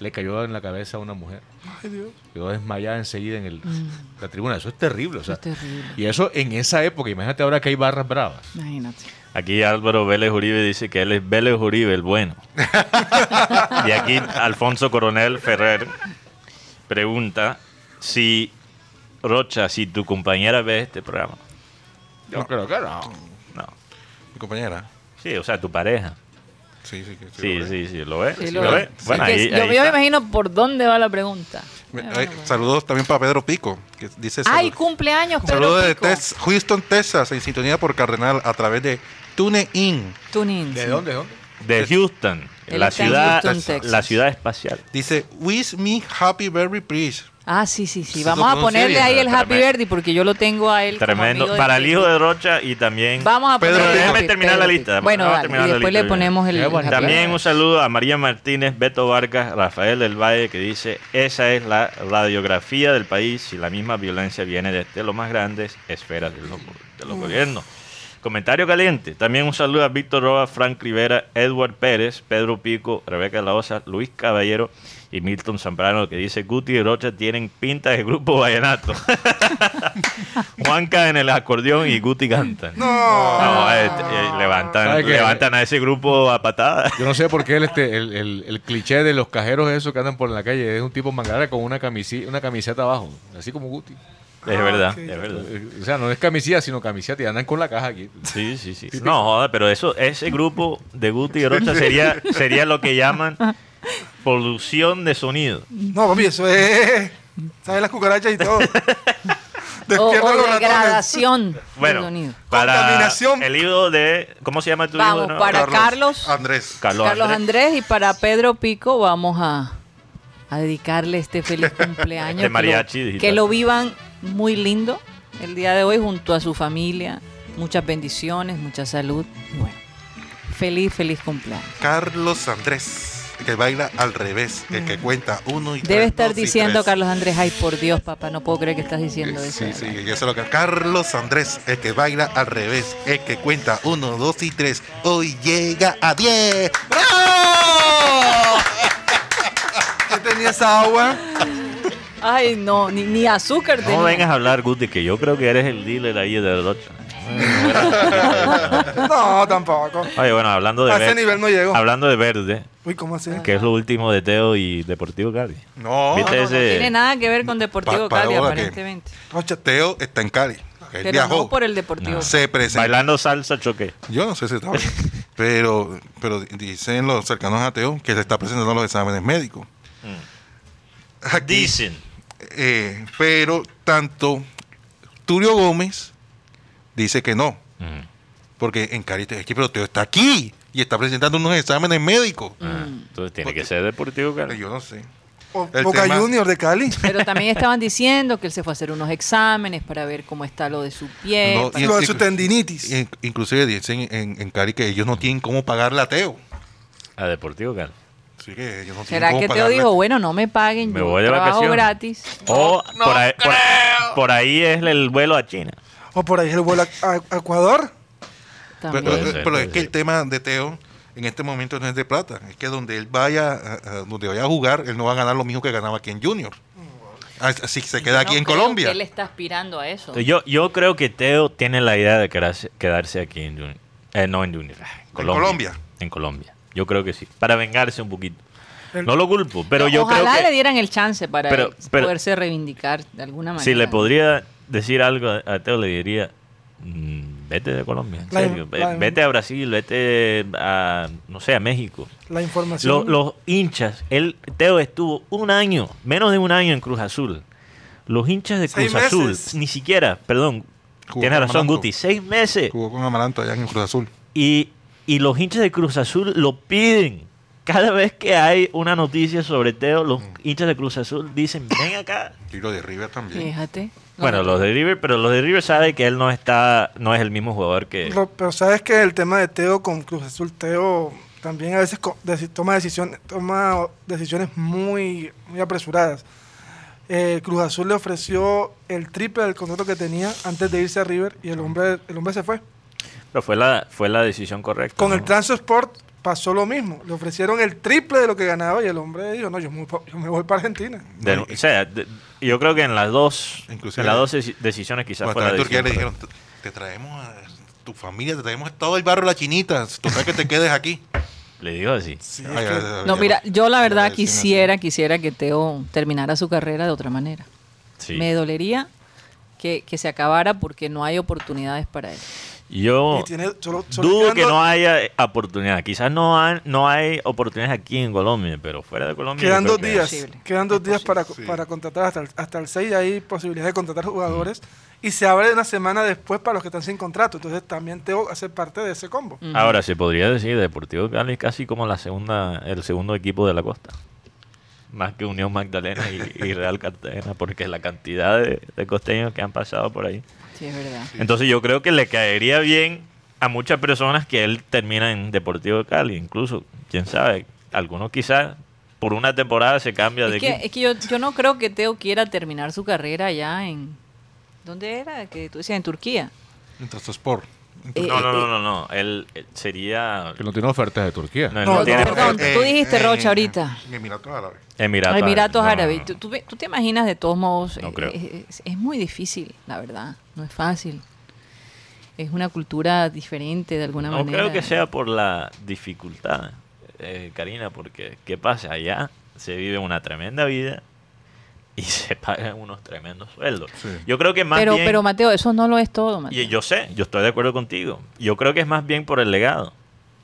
S6: le cayó en la cabeza a una mujer. Quedó desmayada enseguida en el, la tribuna. Eso es terrible, o sea.
S3: Es terrible.
S6: Y eso en esa época, imagínate ahora que hay barras bravas.
S3: Imagínate.
S4: Aquí Álvaro Vélez Uribe dice que él es Vélez Uribe,
S3: [laughs]
S4: el bueno. y aquí Alfonso Coronel Ferrer pregunta si, Rocha, si tu compañera ve este programa.
S6: Yo creo que no.
S4: No.
S9: Mi compañera.
S4: Sí, o sea, tu pareja.
S9: Sí, sí, que
S4: Sí,
S9: lo
S4: sí,
S9: ve.
S4: sí, lo ve.
S3: Sí,
S4: Sí,
S3: lo
S4: lo
S3: ve.
S4: ve. Bueno,
S3: Es
S4: ahí,
S3: que yo,
S4: ahí
S3: yo me
S4: está.
S3: imagino por dónde va la pregunta. Eh,
S9: Me- ay, saludos también para Pedro Pico, que dice
S3: Ay,
S9: saludos.
S3: cumpleaños, Pedro
S9: Saludos de
S3: Pico.
S9: Tex- Houston, Texas, en sintonía por Cardenal a través de TuneIn.
S3: Tuning.
S6: ¿De dónde? dónde?
S4: De Houston,
S3: Él
S4: la
S3: está en
S4: ciudad,
S3: Houston, Texas.
S4: la ciudad espacial.
S9: Dice, Wish me happy very please.
S3: Ah, sí, sí, sí.
S9: Se
S3: Vamos
S9: lo
S3: a
S9: pronuncia
S3: ponerle
S9: bien,
S3: ahí el
S4: pero
S3: Happy
S4: tremendo.
S3: Verdi porque yo lo tengo a él. como
S4: Tremendo.
S3: amigo de
S4: Para el
S3: Facebook.
S4: hijo de Rocha y también.
S3: Vamos a
S9: Pedro,
S3: ponerle el
S4: déjame
S3: Happy-
S4: terminar
S3: Pedro
S4: la
S3: Pico.
S4: lista.
S3: Bueno,
S4: Vamos a
S3: dale,
S4: terminar
S3: y
S4: la
S3: después
S4: lista,
S3: le ponemos el.
S6: Qué
S3: el
S6: bonito.
S3: Happy
S4: También
S3: Verdi.
S4: un saludo a María Martínez, Beto Vargas, Rafael del Valle, que dice, esa es la radiografía del país y la misma violencia viene desde los más grandes esferas de los, de los gobiernos. Comentario caliente. También un saludo a Víctor Roa, Frank Rivera, Edward Pérez, Pedro Pico, Rebeca Laosa, Luis Caballero y Milton Zambrano, que dice, Guti y Rocha tienen pinta de grupo vallenato. [laughs] Juanca en el acordeón y Guti cantan.
S3: Oh,
S4: No, eh, eh, levantan,
S6: ¿Sabe qué?
S4: levantan a ese grupo a
S8: Ah,
S4: patadas.
S6: Yo no sé por qué el, este, el, el- el cliché de los cajeros esos que andan por la calle es un tipo mangara con una, camisi- una camiseta abajo, así como Guti.
S4: Es verdad, es verdad.
S6: Eh, O sea, no es camisilla, sino camiseta y andan con la caja aquí.
S4: Sí, sí, sí. No, joda, pero eso, ese grupo de Guti y Rocha sería, sería lo que llaman polución de sonido.
S5: No, papi, eso es. ¿Sabes las cucarachas
S3: [laughs]
S5: y todo?
S3: O,
S5: Despierta
S3: o
S5: los ratones.
S3: degradación.
S4: Bueno,
S3: del sonido.
S4: para
S5: Contaminación.
S4: el hijo de... ¿Cómo se llama tu hijo?
S3: Vamos,
S4: de nuevo?
S3: para Carlos.
S9: Andrés.
S4: Carlos,
S3: Carlos
S4: Andrés.
S3: Andrés y para Pedro Pico vamos a, a dedicarle este
S4: [laughs]
S3: feliz cumpleaños.
S4: Este
S3: que lo-
S4: mariachi
S3: que, lo,
S4: digital.
S3: vivan muy lindo el día de hoy junto a su familia. Muchas bendiciones, mucha salud. Y Bueno, feliz, feliz cumpleaños.
S9: Carlos Andrés, el que baila al revés, el que cuenta uno y
S3: Mm. Debe
S9: tres,
S3: estar
S9: dos y
S3: diciendo
S9: tres.
S3: Carlos Andrés, ay por Dios, papá, no puedo creer que estás diciendo eso.
S9: Sí, sí, yo sé lo que. Carlos Andrés, el que baila al revés, el que cuenta uno, dos y tres. Hoy llega a diez. ¡Bravo!
S5: Yo tenía esa agua.
S3: Ay, no, ni, ni azúcar
S4: No
S3: tenía.
S4: vengas a hablar, Guti, que yo creo que eres el dealer ahí de Rocha.
S5: No, tampoco.
S4: Oye, bueno, hablando de
S5: A ese
S4: verde,
S5: nivel no llegó.
S4: hablando de verde,
S5: Uy, ¿cómo así?
S4: que es lo último de Teo y Deportivo Cali.
S5: Oh,
S9: No,
S4: ¿Viste
S3: No, no
S4: ese?
S3: tiene nada que ver con Deportivo
S9: Pa- para
S3: Cali,
S9: ahora que-
S3: aparentemente.
S5: Rocha,
S9: Teo está en Cali. Él
S3: Pero
S9: viajó.
S3: no por el Deportivo.
S9: Se presentó.
S4: Bailando salsa choque.
S9: Yo no sé
S4: [laughs]
S9: si estaba. pero, pero dicen los cercanos a Teo que se está presentando a los exámenes médicos.
S4: Mm.
S9: Aquí,
S4: Dicen.
S9: eh, pero tanto Tulio Gómez dice que no.
S4: Mm.
S9: Porque en Cali, te- es que, pero Teo está aquí y está presentando unos exámenes médicos.
S4: Ah, Entonces tiene que ser Deportivo Cali.
S9: Yo no sé.
S5: O-
S9: El
S5: Boca
S9: tema-
S5: Junior de Cali.
S3: Pero también estaban diciendo que él se fue a hacer unos exámenes para ver cómo está Eh, lo de su piel.
S9: No,
S3: para-
S9: y-
S5: Lo de
S9: sí,
S5: su
S9: sí.
S5: tendinitis.
S9: In- inclusive dicen en, en Cali que ellos no tienen cómo pagarle a Teo.
S4: A Ah, Deportivo Cali.
S9: Así que ellos no tienen
S3: ¿Será
S9: cómo
S3: que Teo
S9: pagarle.
S3: dijo, bueno, no me paguen,
S4: Me
S3: yo
S4: voy de
S3: trabajo
S4: vacaciones.
S3: gratis?
S4: O por, ahí, por- por ahí es el vuelo a China.
S5: O por ahí el vuelo a, a- a Ecuador.
S3: También.
S9: Pero,
S4: Puede
S9: eh,
S4: ser,
S9: pero
S4: puede
S9: es que el
S4: ser.
S9: tema de Teo en este momento no es de plata. Es que donde él vaya, a- a donde vaya a jugar, él no va a ganar lo mismo que ganaba aquí en Junior. Así que se queda
S3: Mm. Yo
S9: aquí
S3: no
S9: en
S3: creo
S9: Colombia.
S3: que él está aspirando a eso.
S4: Yo, yo creo que Teo tiene la idea de quedarse, quedarse aquí en Junior. Eh, no en Junior. ah, En Colombia,
S9: Colombia?
S4: En Colombia. Yo creo que sí. Para vengarse un poquito.
S5: El-
S4: No lo culpo, pero yo
S3: Ojalá
S4: creo
S3: le
S4: que
S3: dieran el chance para
S4: Pero-
S3: él
S4: pero-
S3: poderse reivindicar de alguna manera.
S4: si le podría decir algo a- a Teo, le diría: "Mm, vete de Colombia. en
S5: La-
S4: serio, ve-
S5: la-
S4: vete a Brasil, vete a, no sé, a México. Lo-
S5: La información.
S4: los hinchas, él, Teo estuvo un año, menos de un año en Cruz Azul. Los hinchas de
S5: Seis
S4: Cruz Azul,
S5: meses.
S4: ni siquiera, perdón,
S9: Jugó
S4: tienes
S9: con
S4: razón,
S9: Amaranto.
S4: Guti, seis meses.
S9: Jugó con Amaranto allá en Cruz Azul.
S4: Y, y los hinchas de Cruz Azul lo piden. Cada vez que hay una noticia sobre Teo,
S9: Mm.
S4: los hinchas de Cruz Azul dicen, ven acá.
S9: Y lo de River también.
S3: Fíjate.
S4: Bueno, los de River, pero los de River saben que él no está, no es el mismo jugador que...
S5: Ro- Pero sabes que el tema de Teo con Cruz Azul, Teo también a veces co- deci- toma decisiones, toma decisiones muy, muy apresuradas. Eh, Cruz Azul le ofreció el triple del contrato que tenía antes de irse a River y el hombre, el hombre se fue.
S4: Pero fue la, fue la decisión correcta.
S5: Con
S4: ¿no?
S5: el Transport pasó lo mismo. Le ofrecieron el triple de lo que ganaba y el hombre dijo, no, yo me voy pa- yo me voy para Argentina.
S4: De- o sea, de- yo creo que en las dos,
S9: Inclusive-
S4: en las dos deci- decisiones quizás
S9: Cuando
S4: fue la
S9: estaba en Turquía
S4: decisión
S9: le
S4: correcta.
S9: dijeron, te traemos a tu familia, te traemos a todo el barrio de La Chinita. Total que te
S3: [laughs]
S9: quedes aquí.
S4: Le digo así.
S5: Sí,
S9: Ay,
S5: es
S9: ay,
S5: que-
S9: ay,
S3: No,
S9: ay,
S3: mira,
S9: ay.
S3: yo la
S9: Lo
S3: verdad
S9: decían así.
S3: quisiera, quisiera que Teo terminara su carrera de otra manera.
S4: Sí.
S3: Me dolería que, que se acabara porque no hay oportunidades para él.
S4: Yo
S5: Y tiene- solo- solo
S4: dudo que
S5: quedando-
S4: no haya eh, oportunidad. Quizás no, han- no hay oportunidades aquí en Colombia, pero fuera de Colombia. yo
S5: Quedan
S4: creo
S5: dos
S4: que-
S5: días.
S3: posible.
S5: Quedan dos días para, para contratar hasta el, hasta el 6. Hay posibilidad de contratar jugadores. Y se abre una semana después para los que están sin contrato. Entonces también Teo hace parte de ese combo.
S3: Mm.
S4: Ahora se podría decir Deportivo Cali es casi como la segunda, el segundo equipo de la costa. Más que Unión Magdalena y, y Real Cartagena, porque la cantidad de, de costeños que han pasado por ahí.
S3: Sí, es verdad.
S4: Entonces yo creo que le caería bien a muchas personas que él termina en Deportivo Cali, incluso, quién sabe, algunos quizás por una temporada se cambia de
S3: Es que,
S4: equipo.
S3: es que yo, yo no creo que Teo quiera terminar su carrera allá en... ¿Dónde era? Que tú decías, en Turquía.
S9: Entonces, Sport.
S3: Eh,
S4: No, no,
S3: eh,
S4: no, no, no. Él, él sería
S6: Que no tiene ofertas de Turquía.
S4: no, él
S5: No,
S4: no
S5: no,
S4: tiene
S3: perdón, tú dijiste, Rocha, ahorita.
S9: eh, En Emiratos Árabes.
S4: Emiratos,
S3: Emiratos
S4: No, no,
S3: Árabes.
S4: no.
S3: ¿Tú, tú ve- tú te imaginas de todos modos?
S4: No
S3: eh,
S4: creo.
S3: eh, Es, es muy difícil, la verdad. No es fácil. Es una cultura diferente de alguna
S4: No
S3: manera.
S4: creo que sea por la dificultad, eh, Karina, porque ¿qué pasa? Allá se vive una tremenda vida y [laughs] se pagan unos tremendos sueldos. Yo creo que más
S3: Pero,
S4: bien...
S3: pero Mateo, eso no lo es todo, Mateo.
S4: y yo sé, yo estoy de acuerdo contigo. Yo creo que es más bien por el legado.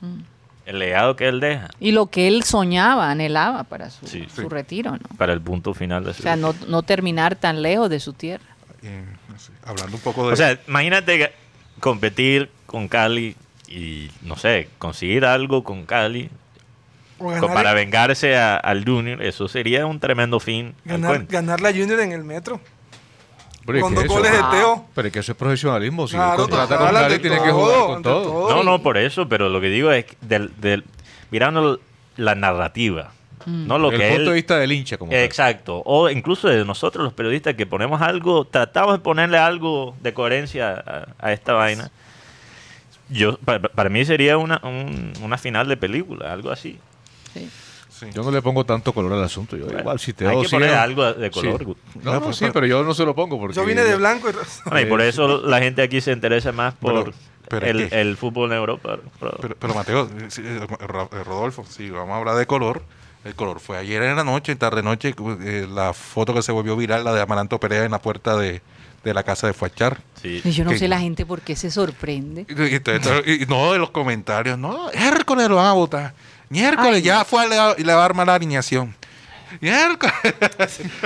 S3: Mm.
S4: El legado que él deja
S3: Y lo que él soñaba, anhelaba para su,
S4: Sí,
S3: su
S9: sí.
S3: retiro, ¿no?
S4: para el punto final de
S3: O
S4: su
S3: sea, no, no terminar tan lejos de su tierra.
S9: Eh, no sé, hablando un poco de.
S4: O sea, imagínate ga- competir con Cali y, no sé, conseguir algo con Cali
S5: O
S4: co- para
S5: ganar,
S4: vengarse a- al Junior. Eso sería un tremendo fin. al
S5: ganar,
S4: cuento.
S5: ganar la Junior en el metro.
S6: Pero es
S5: con
S6: que
S5: dos
S6: eso-
S5: goles de Teo.
S6: Pero es que eso es profesionalismo. Si
S5: Claro,
S6: contrata
S5: total,
S6: con Cali,
S5: ante
S6: tiene que
S5: todo,
S6: jugar con
S5: ante
S6: todo.
S5: todo.
S4: No, no, por eso, pero lo que digo es que del, del- mirando la narrativa, no lo
S6: el
S4: que
S6: punto de
S4: él,
S6: vista del hincha, como tal.
S4: exacto, o incluso de nosotros los periodistas que ponemos algo, tratamos de ponerle algo de coherencia a, a esta vaina. Yo pa- pa- para, mí sería una, un- una final de película, algo así.
S3: Sí.
S9: Sí.
S6: Yo no le pongo tanto color al asunto. Yo, igual, si te
S4: Hay
S6: hago
S4: que poner algo de color.
S6: [laughs] No, no, sí, pero yo no se lo pongo porque.
S5: Yo vine de blanco y rosa. [laughs]
S4: Bueno, y por eso la gente aquí se interesa más por
S9: Pero- pero es
S4: el,
S9: que-
S4: el fútbol en Europa. bro.
S9: Pero, pero Mateo, eh, sí, eh, Ra- eh, Rodolfo, si vamos a hablar de color, el color fue ayer en la noche, tarde noche, eh, la foto que se volvió viral, la de Amaranto Perea en la puerta de, de la casa de Fuachar.
S4: Sí.
S3: Y yo no
S9: ¿Qué?
S3: sé la gente por qué se sorprende.
S9: Y, y- y- y no de los comentarios, no, miércoles lo van a votar. Miércoles ya fue a le- y le va a armar la alineación. Miércoles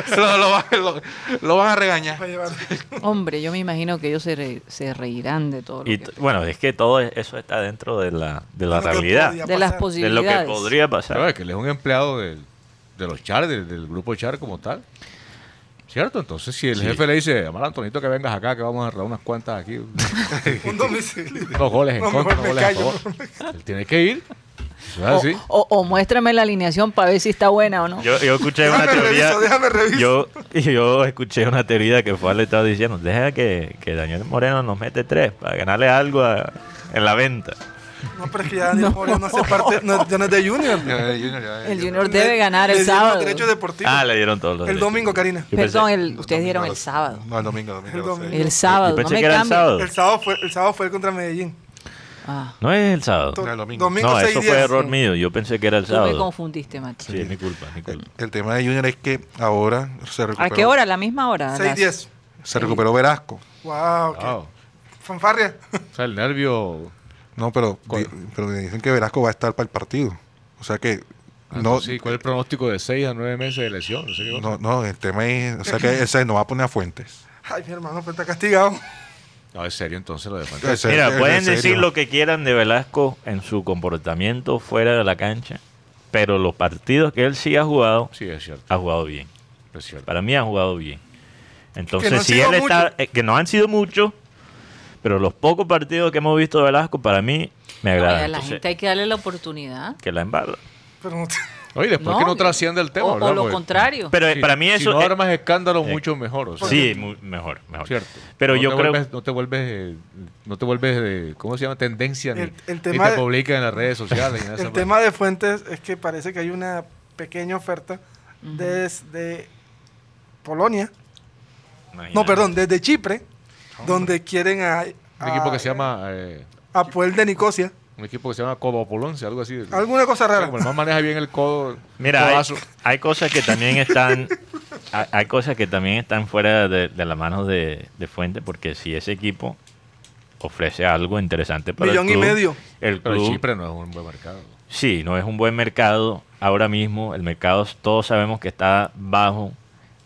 S9: [laughs] lo, lo va- lo- lo van a regañar.
S6: [laughs]
S3: Hombre, yo me imagino que ellos se, re- se reirán de todo lo
S4: Y
S3: que-
S4: t- bueno, es que todo eso está dentro de la, de la
S5: Lo que
S4: realidad.
S3: de
S5: podía
S3: las
S5: pasar.
S4: de lo
S3: posibilidades.
S4: que podría
S6: Claro, es
S4: pasar.
S6: que él es un empleado del- de los Char, del, del grupo Char como tal. ¿Cierto? Entonces, si el
S4: Sí.
S6: jefe le dice, Amar Antonito, que vengas acá, que vamos a arreglar unas cuantas aquí, unos
S5: Un domicilio.
S6: goles en
S5: No,
S6: contra, unos
S5: mejor me
S6: goles a
S5: callo,
S6: favor. Él tiene que ir. Eso es
S8: Ah,
S3: O,
S6: así.
S3: o- o muéstrame la alineación para ver si está buena o no.
S4: Yo, yo escuché una
S5: Déjame
S4: teoría.
S5: reviso, déjame reviso.
S4: Yo, [laughs] yo escuché una teoría que fue le estaba diciendo, deja que, que Daniel Moreno nos mete tres para ganarle algo a- en la venta.
S5: No, pero es que ya Daniel Moreno no hace parte, no, ya no es de Junior.
S9: Ya, eh, Junior, ya,
S3: El
S9: ya.
S3: Junior debe ganar
S5: Le
S3: el
S5: dieron
S3: sábado.
S5: los derechos deportivos.
S4: Ah, le dieron todos los
S5: pues, el
S4: derechos.
S5: domingo, Karina.
S4: Yo pensé-
S3: Perdón, el-
S9: Los
S3: ustedes dieron el
S9: domingos.
S3: sábado.
S9: No, el domingo, domingo.
S5: El domingo.
S3: El sábado.
S4: Yo pensé
S3: no me
S4: que era el
S3: cambien.
S4: sábado.
S5: El sábado fue el sábado fue contra Medellín.
S3: Ah,
S4: No es el sábado.
S5: To-
S9: Era el domingo.
S4: No, eso
S5: 6-10.
S4: fue error mío. Yo pensé que era el
S3: tú me
S4: sábado.
S3: confundiste, macho.
S4: Sí, es mi culpa, mi culpa.
S9: El tema de Junior es que ahora se recuperó.
S3: ¿A qué hora? ¿La misma hora? Las-
S5: 6-10.
S9: Se recuperó Velasco.
S5: Wow, qué
S6: Wow.
S5: fanfarria. [laughs]
S6: O sea, el nervio.
S9: No, pero,
S6: ¿Cuál?
S9: di- pero me dicen que Velasco va a estar para el partido. O sea que.
S6: Ah,
S9: no,
S6: sí, ¿Cuál es el pronóstico de 6 a 9 meses de lesión? No sé qué cosa.
S9: no, no, el tema es. O sea que ese no va a poner a Fuentes.
S5: Ay, mi hermano, pues está castigado.
S6: No, es serio, entonces lo de Fuentes.
S9: Ese-
S4: Mira,
S9: ese-
S4: pueden
S9: en serio.
S4: decir lo que quieran de Velasco en su comportamiento fuera de la cancha, pero los partidos que él sí ha jugado,
S6: Sí, es cierto.
S4: ha jugado bien.
S6: Es cierto.
S4: Para mí ha jugado bien. Entonces,
S5: Que no han
S4: si
S5: sido
S4: él está.
S5: muchos.
S4: eh, que no han sido muchos, pero los pocos partidos que hemos visto de Velasco, para mí, me
S3: No,
S4: agradan.
S3: a Ah, la
S4: Entonces,
S3: gente hay que darle la oportunidad.
S4: Que la embarra.
S5: Pero no te-
S6: Oye, después que no trasciende el tema.
S3: o- O,
S6: ¿verdad?
S3: lo
S6: Porque-
S3: contrario.
S4: Pero eh,
S6: Sí,
S4: para mí
S6: Si
S4: eso.
S6: no
S4: eh,
S6: armas escándalo,
S4: eh,
S6: mucho mejor. o sea,
S4: sí, mu- mejor, mejor.
S6: Cierto.
S4: Pero
S6: No
S4: yo
S6: te
S4: creo.
S6: vuelves- no te vuelves. eh, no te vuelves. eh, ¿Cómo se llama? Tendencia. ni-
S5: El- el
S6: ni
S5: tema
S6: te
S5: de-
S6: publican en las redes sociales. ni nada de
S5: [laughs] El
S6: esa
S5: tema de Fuentes es que parece que hay una pequeña oferta desde Polonia. No,
S4: imagínate.
S5: perdón, desde Chipre, donde quieren a,
S6: Un equipo que se
S5: a,
S6: llama. eh,
S5: a Puel de Nicosia.
S6: un equipo que se llama Codopolonce, algo así.
S5: Alguna cosa rara.
S6: Como el más maneja bien el codo.
S4: Mira, hay,
S6: codazo.
S4: hay cosas que también están. [laughs] hay, hay cosas que también están fuera de, de la mano de, de Fuente, porque si ese equipo ofrece algo interesante para
S5: Millón
S4: el
S5: y
S4: club.
S5: medio.
S4: El
S6: Pero
S4: club-
S6: Chipre no es un buen mercado.
S4: Sí, no es un buen mercado ahora mismo. El mercado todos sabemos que está bajo.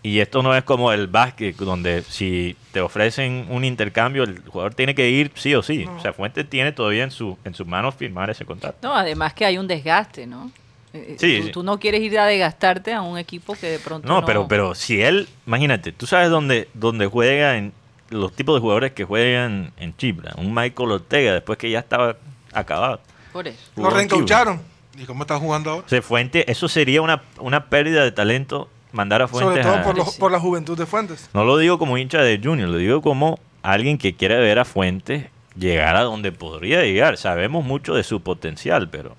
S4: Y esto no es como el básquet, donde si te ofrecen un intercambio, el jugador tiene que ir sí o sí. O sea, Fuentes tiene todavía en, su, en sus manos firmar ese contrato.
S3: No, además que hay un desgaste, ¿no? Eh,
S4: Sí,
S3: tú,
S4: sí.
S3: tú no quieres ir a desgastarte a un equipo que de pronto
S4: No, pero, pero si él, imagínate, tú sabes dónde, dónde juega en los tipos de jugadores que juegan en Chipre. Un Michael Ortega, después que ya estaba acabado.
S3: Por eso.
S9: Lo
S4: Jugó en Chipre.
S9: reencaucharon. ¿Y cómo están jugando ahora?
S4: O sea, Fuentes, eso sería una, una pérdida de talento mandar a Fuentes
S5: Sobre todo
S4: a-
S5: por, los- por la juventud de Fuentes.
S4: No lo digo como hincha de Junior, lo digo como alguien que quiere ver a Fuentes llegar a donde podría llegar. Sabemos mucho de su potencial, pero.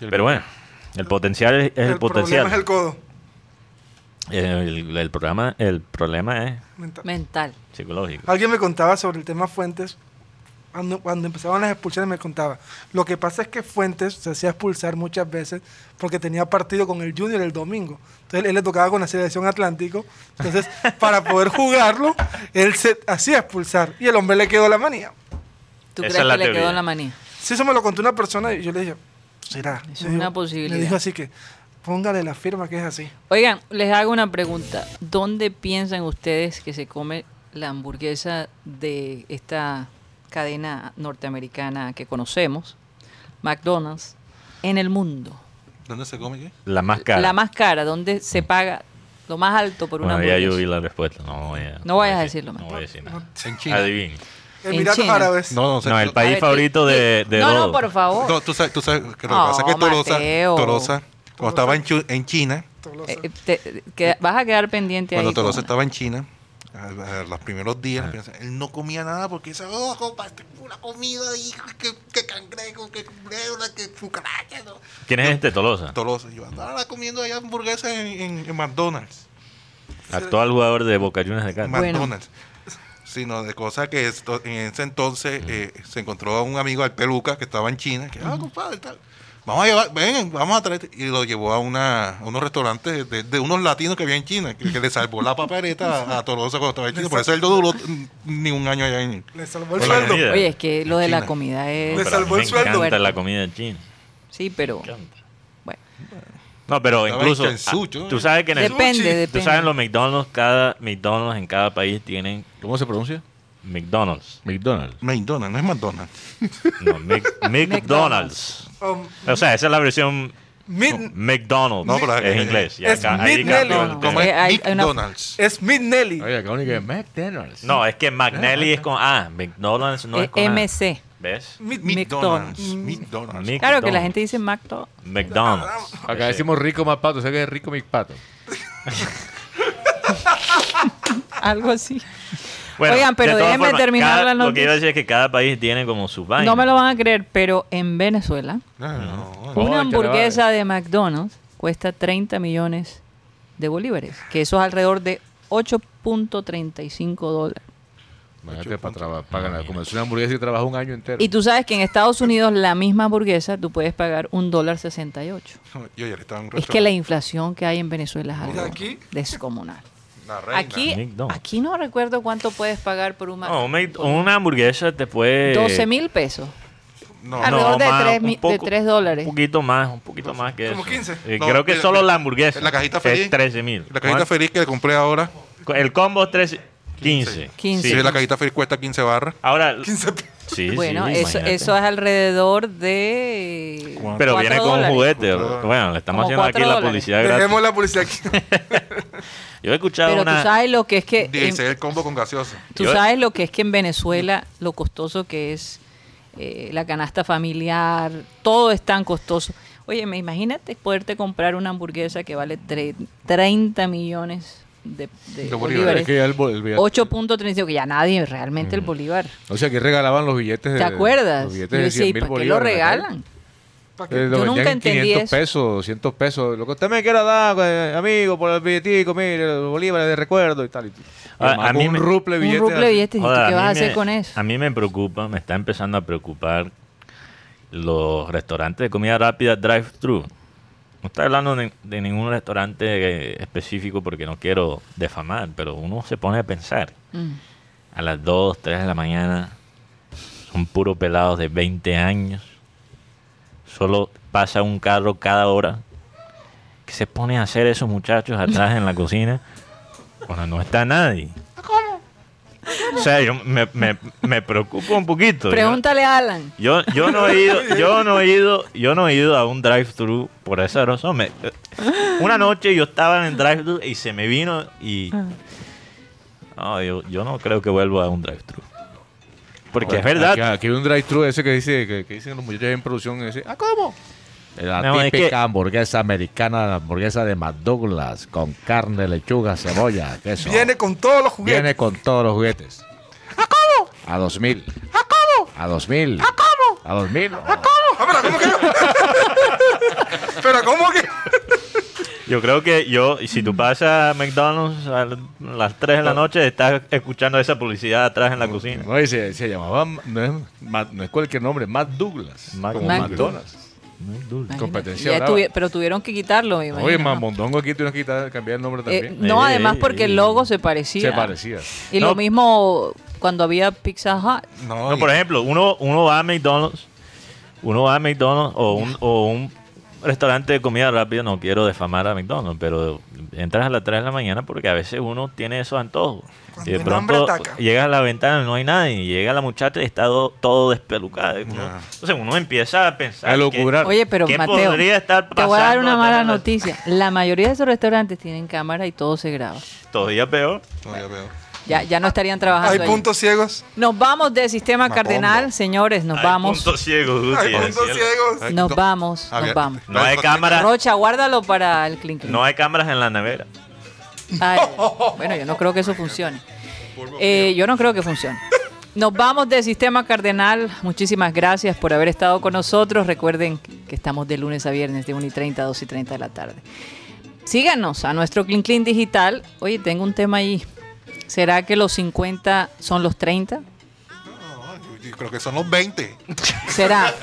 S4: Pero bueno, el potencial es, es el, potencial.
S5: problema es el codo.
S4: El- el programa, el problema es
S5: mental.
S3: mental.
S4: psicológico.
S5: Alguien me contaba sobre el tema Fuentes. Cuando, cuando empezaban las expulsiones me contaba. Lo que pasa es que Fuentes se hacía expulsar muchas veces porque tenía partido con el Junior el domingo. Entonces él le tocaba con la selección Atlántico.
S3: [laughs]
S5: Entonces, para poder jugarlo, él se hacía expulsar. Y el hombre le quedó la manía.
S3: ¿Tú
S4: Esa
S3: crees
S4: es la
S3: que le
S4: teoría.
S3: quedó la manía?
S5: Si eso me lo contó una persona y yo le dije, será.
S3: Es
S5: Le
S3: una
S5: digo-
S3: posibilidad.
S5: Le dijo así que, póngale la firma que es así.
S3: Oigan, les hago una pregunta. ¿Dónde piensan ustedes que se come la hamburguesa de esta cadena norteamericana que conocemos, McDonald's, en el mundo?
S9: ¿Dónde se come qué?
S4: La más cara.
S3: La más cara, ¿dónde se paga lo más alto por una
S4: Bueno, ya yo vi
S3: hamburguesa?
S4: la respuesta. No, voy a-
S3: No vayas a
S4: decir-
S3: decirlo,
S4: No
S3: Manuel.
S4: voy a decir nada.
S9: En China.
S4: Adivine.
S3: En
S5: Emiratos
S3: China.
S5: Árabes.
S9: No, no, sé.
S4: No, el
S3: A
S4: país
S3: ver, ¿qué-
S4: favorito de,
S3: qué-
S4: de
S3: No, no,
S4: Dodo.
S3: por favor.
S9: No, tú sabes, tú sabes que lo que
S3: Oh,
S9: pasa es que Tolosa,
S3: Mateo.
S9: Tolosa, cuando estaba en, Chu- en China,
S3: Eh, eh, te- que- vas a quedar pendiente
S9: cuando
S3: ahí.
S9: Tolosa
S3: con-
S9: estaba en China, a, a los primeros días,
S4: Ah.
S9: él no comía nada porque esa oh, compa, esta es una comida ahí, que, que cangrejo, que culebra, que cucaracha. ¿no?".
S4: ¿Quién es este Tolosa?
S9: Tolosa, yo andaba comiendo allá hamburguesas en, en- en McDonald's.
S4: Actual jugador de Boca Juniors de Cali.
S3: Bueno.
S9: McDonald's. Sino de cosas que esto- en ese entonces eh, se encontró a un amigo del Peluca que estaba en China. Que, ah, compadre, tal. Vamos a llevar, ven, vamos a traer. Y lo llevó a, una, a unos restaurantes de, de unos latinos que había en China, que, que le salvó la papareta a, a Tolosa cuando estaba en China. Por eso él no duró mm, ni un año allá en
S5: Le salvó el
S4: Hola,
S5: sueldo.
S4: Leonidas.
S3: Oye, es que lo de la
S9: China.
S3: comida
S4: No,
S3: es...
S5: Le
S4: pero a mí
S5: salvó
S4: me
S5: el sueldo.
S4: encanta la comida en China.
S3: Sí, pero... Bueno,
S4: No, pero
S9: Estaba
S4: incluso.
S9: hecho en sucho,
S4: ah,
S9: ¿eh?
S4: tú sabes que en el-
S3: depende,
S5: sushi.
S4: Tú
S3: depende.
S4: sabes los McDonald's, cada McDonald's en cada país tienen
S6: ¿Cómo se pronuncia?
S4: McDonald's.
S6: McDonald's.
S9: McDonald's, no es McDonald's.
S4: No,
S3: [laughs]
S4: Mc- McDonald's.
S5: Um,
S4: O sea, esa es la versión
S5: Mid-
S4: McDonald's
S9: No, pero
S4: en
S9: es-
S4: inglés. Y
S5: es
S4: acá- ahí
S5: Midnelly.
S4: cambió el
S3: No, no,
S4: tema.
S9: ¿Cómo es
S3: Eh, hay- hay una-
S9: McDonald's?
S5: es Mid Nelly.
S6: Oye, acá único que es McDonald's.
S4: No, es que McNally es con A. McDonald's no es
S3: eh,
S4: con A.
S3: MC. Mm.
S4: ¿Ves?
S5: Mid-
S9: McDonald's. McDonald's.
S4: Mc-
S3: Claro que la
S4: McDonald's.
S3: gente dice McDonald's.
S4: McDonald's.
S6: Acá decimos rico más pato, ¿sabes qué es rico mi pato?
S3: Algo así.
S4: [laughs] Bueno,
S3: Oigan, pero
S4: de todas
S3: déjenme
S4: formas,
S3: terminar
S4: cada-
S3: la
S4: Lo que
S3: noticia.
S4: iba a decir es que cada país tiene como sus vainas.
S3: No me lo van a creer, pero en Venezuela,
S9: No, no, no.
S6: Joder,
S3: una
S6: que le
S3: hamburguesa de McDonald's cuesta 30 millones de bolívares, que eso es alrededor de 8.35 dólares.
S6: Imagínate para trabajar, para ganar. Como es una hamburguesa y trabaja un año entero.
S3: Y tú sabes que en Estados Unidos la misma hamburguesa tú puedes pagar un dólar 68.
S9: Yo ayer estaba en un
S3: Es que la
S9: restaurante.
S3: inflación que hay en Venezuela es algo
S5: Aquí-
S3: descomunal.
S9: La reina.
S3: Aquí,
S4: McDonald's.
S3: aquí no recuerdo cuánto puedes pagar por un
S4: No, un Mc- una hamburguesa te puede...
S3: 12 mil pesos.
S9: No,
S3: Alrededor
S4: No,
S3: de
S4: más,
S3: tres
S4: un
S3: mi- de
S4: poco-
S3: tres dólares.
S4: Un poquito más, un poquito más que
S5: Como
S4: eso.
S5: 15.
S4: Eh,
S9: No,
S4: creo que
S9: mira,
S4: solo la
S9: mira,
S4: hamburguesa.
S9: la cajita
S4: Es
S9: feliz.
S4: 13 mil.
S9: La cajita feliz que le compré ahora.
S4: El combo es 13... 15.
S3: 15.
S9: Sí,
S4: Sí.
S9: la cajita feliz cuesta 15 barras.
S4: Ahora...
S5: 15
S4: Sí,
S3: bueno,
S4: sí,
S3: eso,
S4: imagínate.
S3: eso es alrededor de...
S4: Pero
S3: cuatro
S4: viene con
S3: dólares.
S4: un juguete.
S9: Cuatro
S4: Bueno, le estamos
S3: Como
S4: haciendo aquí
S3: cuatro
S4: la
S3: dólares.
S4: publicidad gratis.
S5: Dejemos la policía aquí.
S4: [laughs] Yo he escuchado
S3: Pero
S4: una...
S3: tú sabes lo que es que... en-
S9: Dice el combo con gaseosa.
S3: Tú
S4: Yo-
S3: sabes lo que es que en Venezuela, lo costoso que es eh, la canasta familiar, todo es tan costoso. Oye, me imagínate poderte comprar una hamburguesa que vale tre- 30 millones de, de
S9: De
S3: bolívares.
S6: Es que ya el bol- el-
S3: 8.35, que ya nadie, realmente el bolívar.
S6: O sea, aquí regalaban los billetes de.
S3: ¿Te acuerdas?
S6: Los
S3: Yo
S6: billetes de
S3: decía,
S6: 100
S3: ¿y
S6: mil
S3: para qué lo
S6: bolívares.
S3: regalan?
S6: Eh,
S3: Yo
S6: lo
S3: nunca
S6: vendían en
S3: entendí
S6: 500
S3: eso.
S6: pesos, 200 pesos. Lo que usted me quiera dar, eh, amigo, por el billetico, mire, los bolívares de recuerdo y tal. Y,
S4: Ah, a mí
S6: un
S4: me-
S6: ruple billete.
S3: Un ruble de
S6: así.
S3: billetes, ¿y tú
S4: Joder,
S3: este qué
S4: a
S3: vas a
S4: mí
S3: hacer
S4: me-
S3: con eso?
S4: A mí me preocupa, me está empezando a preocupar los restaurantes de comida rápida drive-thru. No estoy hablando de, de ningún restaurante eh, específico porque no quiero defamar, pero uno se pone a pensar.
S3: Mm.
S4: A las 2, 3 de la mañana, Son puros pelados de 20 años. Solo pasa un carro cada hora. ¿Qué se pone a hacer esos muchachos atrás en la cocina cuando no está nadie? O sea, yo me, me, me preocupo un poquito. Yo-
S3: Pregúntale a Alan.
S4: Yo, yo no he ido,
S8: [laughs]
S4: yo no he ido, yo no he ido a un drive-thru por esa razón. Me- eh, una noche yo estaba en el drive-thru y se me vino y no, yo, yo no creo que vuelva a un drive-thru. Porque es verdad.
S8: Aquí, aquí hay un drive-thru ese que dice que, que dicen los muchachos en producción ese, ah, ¿cómo? La
S4: No, es
S8: típica
S4: que-
S8: hamburguesa americana, la hamburguesa de McDouglas, con carne, lechuga, cebolla, queso.
S5: Viene con todos los juguetes. [laughs]
S8: Viene con todos los juguetes. ¿A cómo? A 2000. ¿A cómo? A 2000. ¿A cómo? A 2000.
S5: Ah, [laughs] Pero ¿cómo que?
S4: Yo creo que yo, y si
S8: Mm.
S4: tú vas a McDonald's a las 3 de la noche, estás escuchando esa publicidad atrás en la cocina.
S8: No, y se, se llamaba, no es, Matt- no es cualquier nombre, Matt Douglas.
S4: Matt
S8: como
S3: Douglas.
S8: McDonald's.
S3: Imagínate.
S8: Competencia
S3: Ya
S8: brava.
S3: tuvi- pero tuvieron que quitarlo, me
S8: Oye,
S3: imagino.
S8: Mamondongo aquí tuvieron que quitar- cambiar el nombre
S3: Eh,
S8: también.
S3: no,
S4: Eh,
S3: además
S4: eh,
S3: porque
S4: eh.
S3: el logo se parecía.
S8: Se parecía.
S3: Y
S4: No.
S3: lo mismo cuando había Pizza Hut.
S9: No,
S4: No,
S9: y-
S4: por ejemplo, uno, uno va a McDonald's, uno va a McDonald's o un, o un restaurante de comida rápida, no quiero defamar a McDonald's, pero entras a las 3 de la mañana porque a veces uno tiene esos antojos.
S5: Cuando
S4: Y de
S5: el hambre
S4: pronto
S5: ataca.
S4: llegas a la ventana y no hay nadie, y llega la muchacha y está do- todo despelucado. Y uno-
S5: Ah.
S4: Entonces uno empieza a pensar.
S8: A lucurar.
S4: qué-
S3: Oye, pero
S4: ¿qué
S3: Mateo,
S4: podría estar
S3: te voy a dar
S4: pasando
S3: una
S4: atrás
S3: mala
S4: de la-
S3: noticia. La mayoría de esos restaurantes tienen cámara y todo se graba.
S4: Todavía peor.
S9: no, ya veo.
S3: Ya, ya no estarían trabajando.
S5: Hay
S3: ahí.
S5: puntos ciegos.
S3: Nos vamos del sistema
S9: Una
S3: cardenal,
S9: bomba.
S3: señores, nos
S4: Hay
S3: vamos.
S4: puntos ciegos, Guti,
S5: Hay
S4: en el
S5: puntos
S4: cielo.
S5: ciegos.
S9: Ay,
S3: Nos
S9: no.
S3: vamos,
S9: Había-
S3: nos vamos.
S4: No hay cámaras,
S3: Rocha, guárdalo para el clink
S4: no hay cámaras en la nevera.
S3: Ay, bueno, yo no creo que eso funcione. Eh, yo no creo que funcione. Nos vamos de Sistema Cardenal. Muchísimas gracias por haber estado con nosotros. Recuerden que estamos de lunes a viernes de 1 y 30 a 2 y 30 de la tarde. Síganos a nuestro Clean Clean Digital. Oye, tengo un tema ahí. ¿Será que los 50 son los 30?
S9: Yo creo que son los 20.
S3: Será.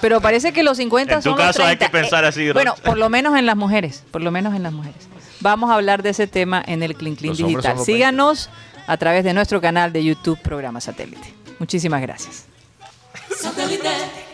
S3: Pero parece que los 50
S4: En tu
S3: son los
S4: caso hay
S3: 30.
S4: que pensar
S3: Eh,
S4: así, Rosa.
S3: Bueno, por lo menos en las mujeres, por lo menos en las mujeres. Vamos a hablar de ese tema en el Clean Clean
S8: Los hombres son
S3: Digital.
S8: los
S3: Síganos a través de nuestro canal de YouTube Programa Satélite. Muchísimas gracias.
S2: Satellite.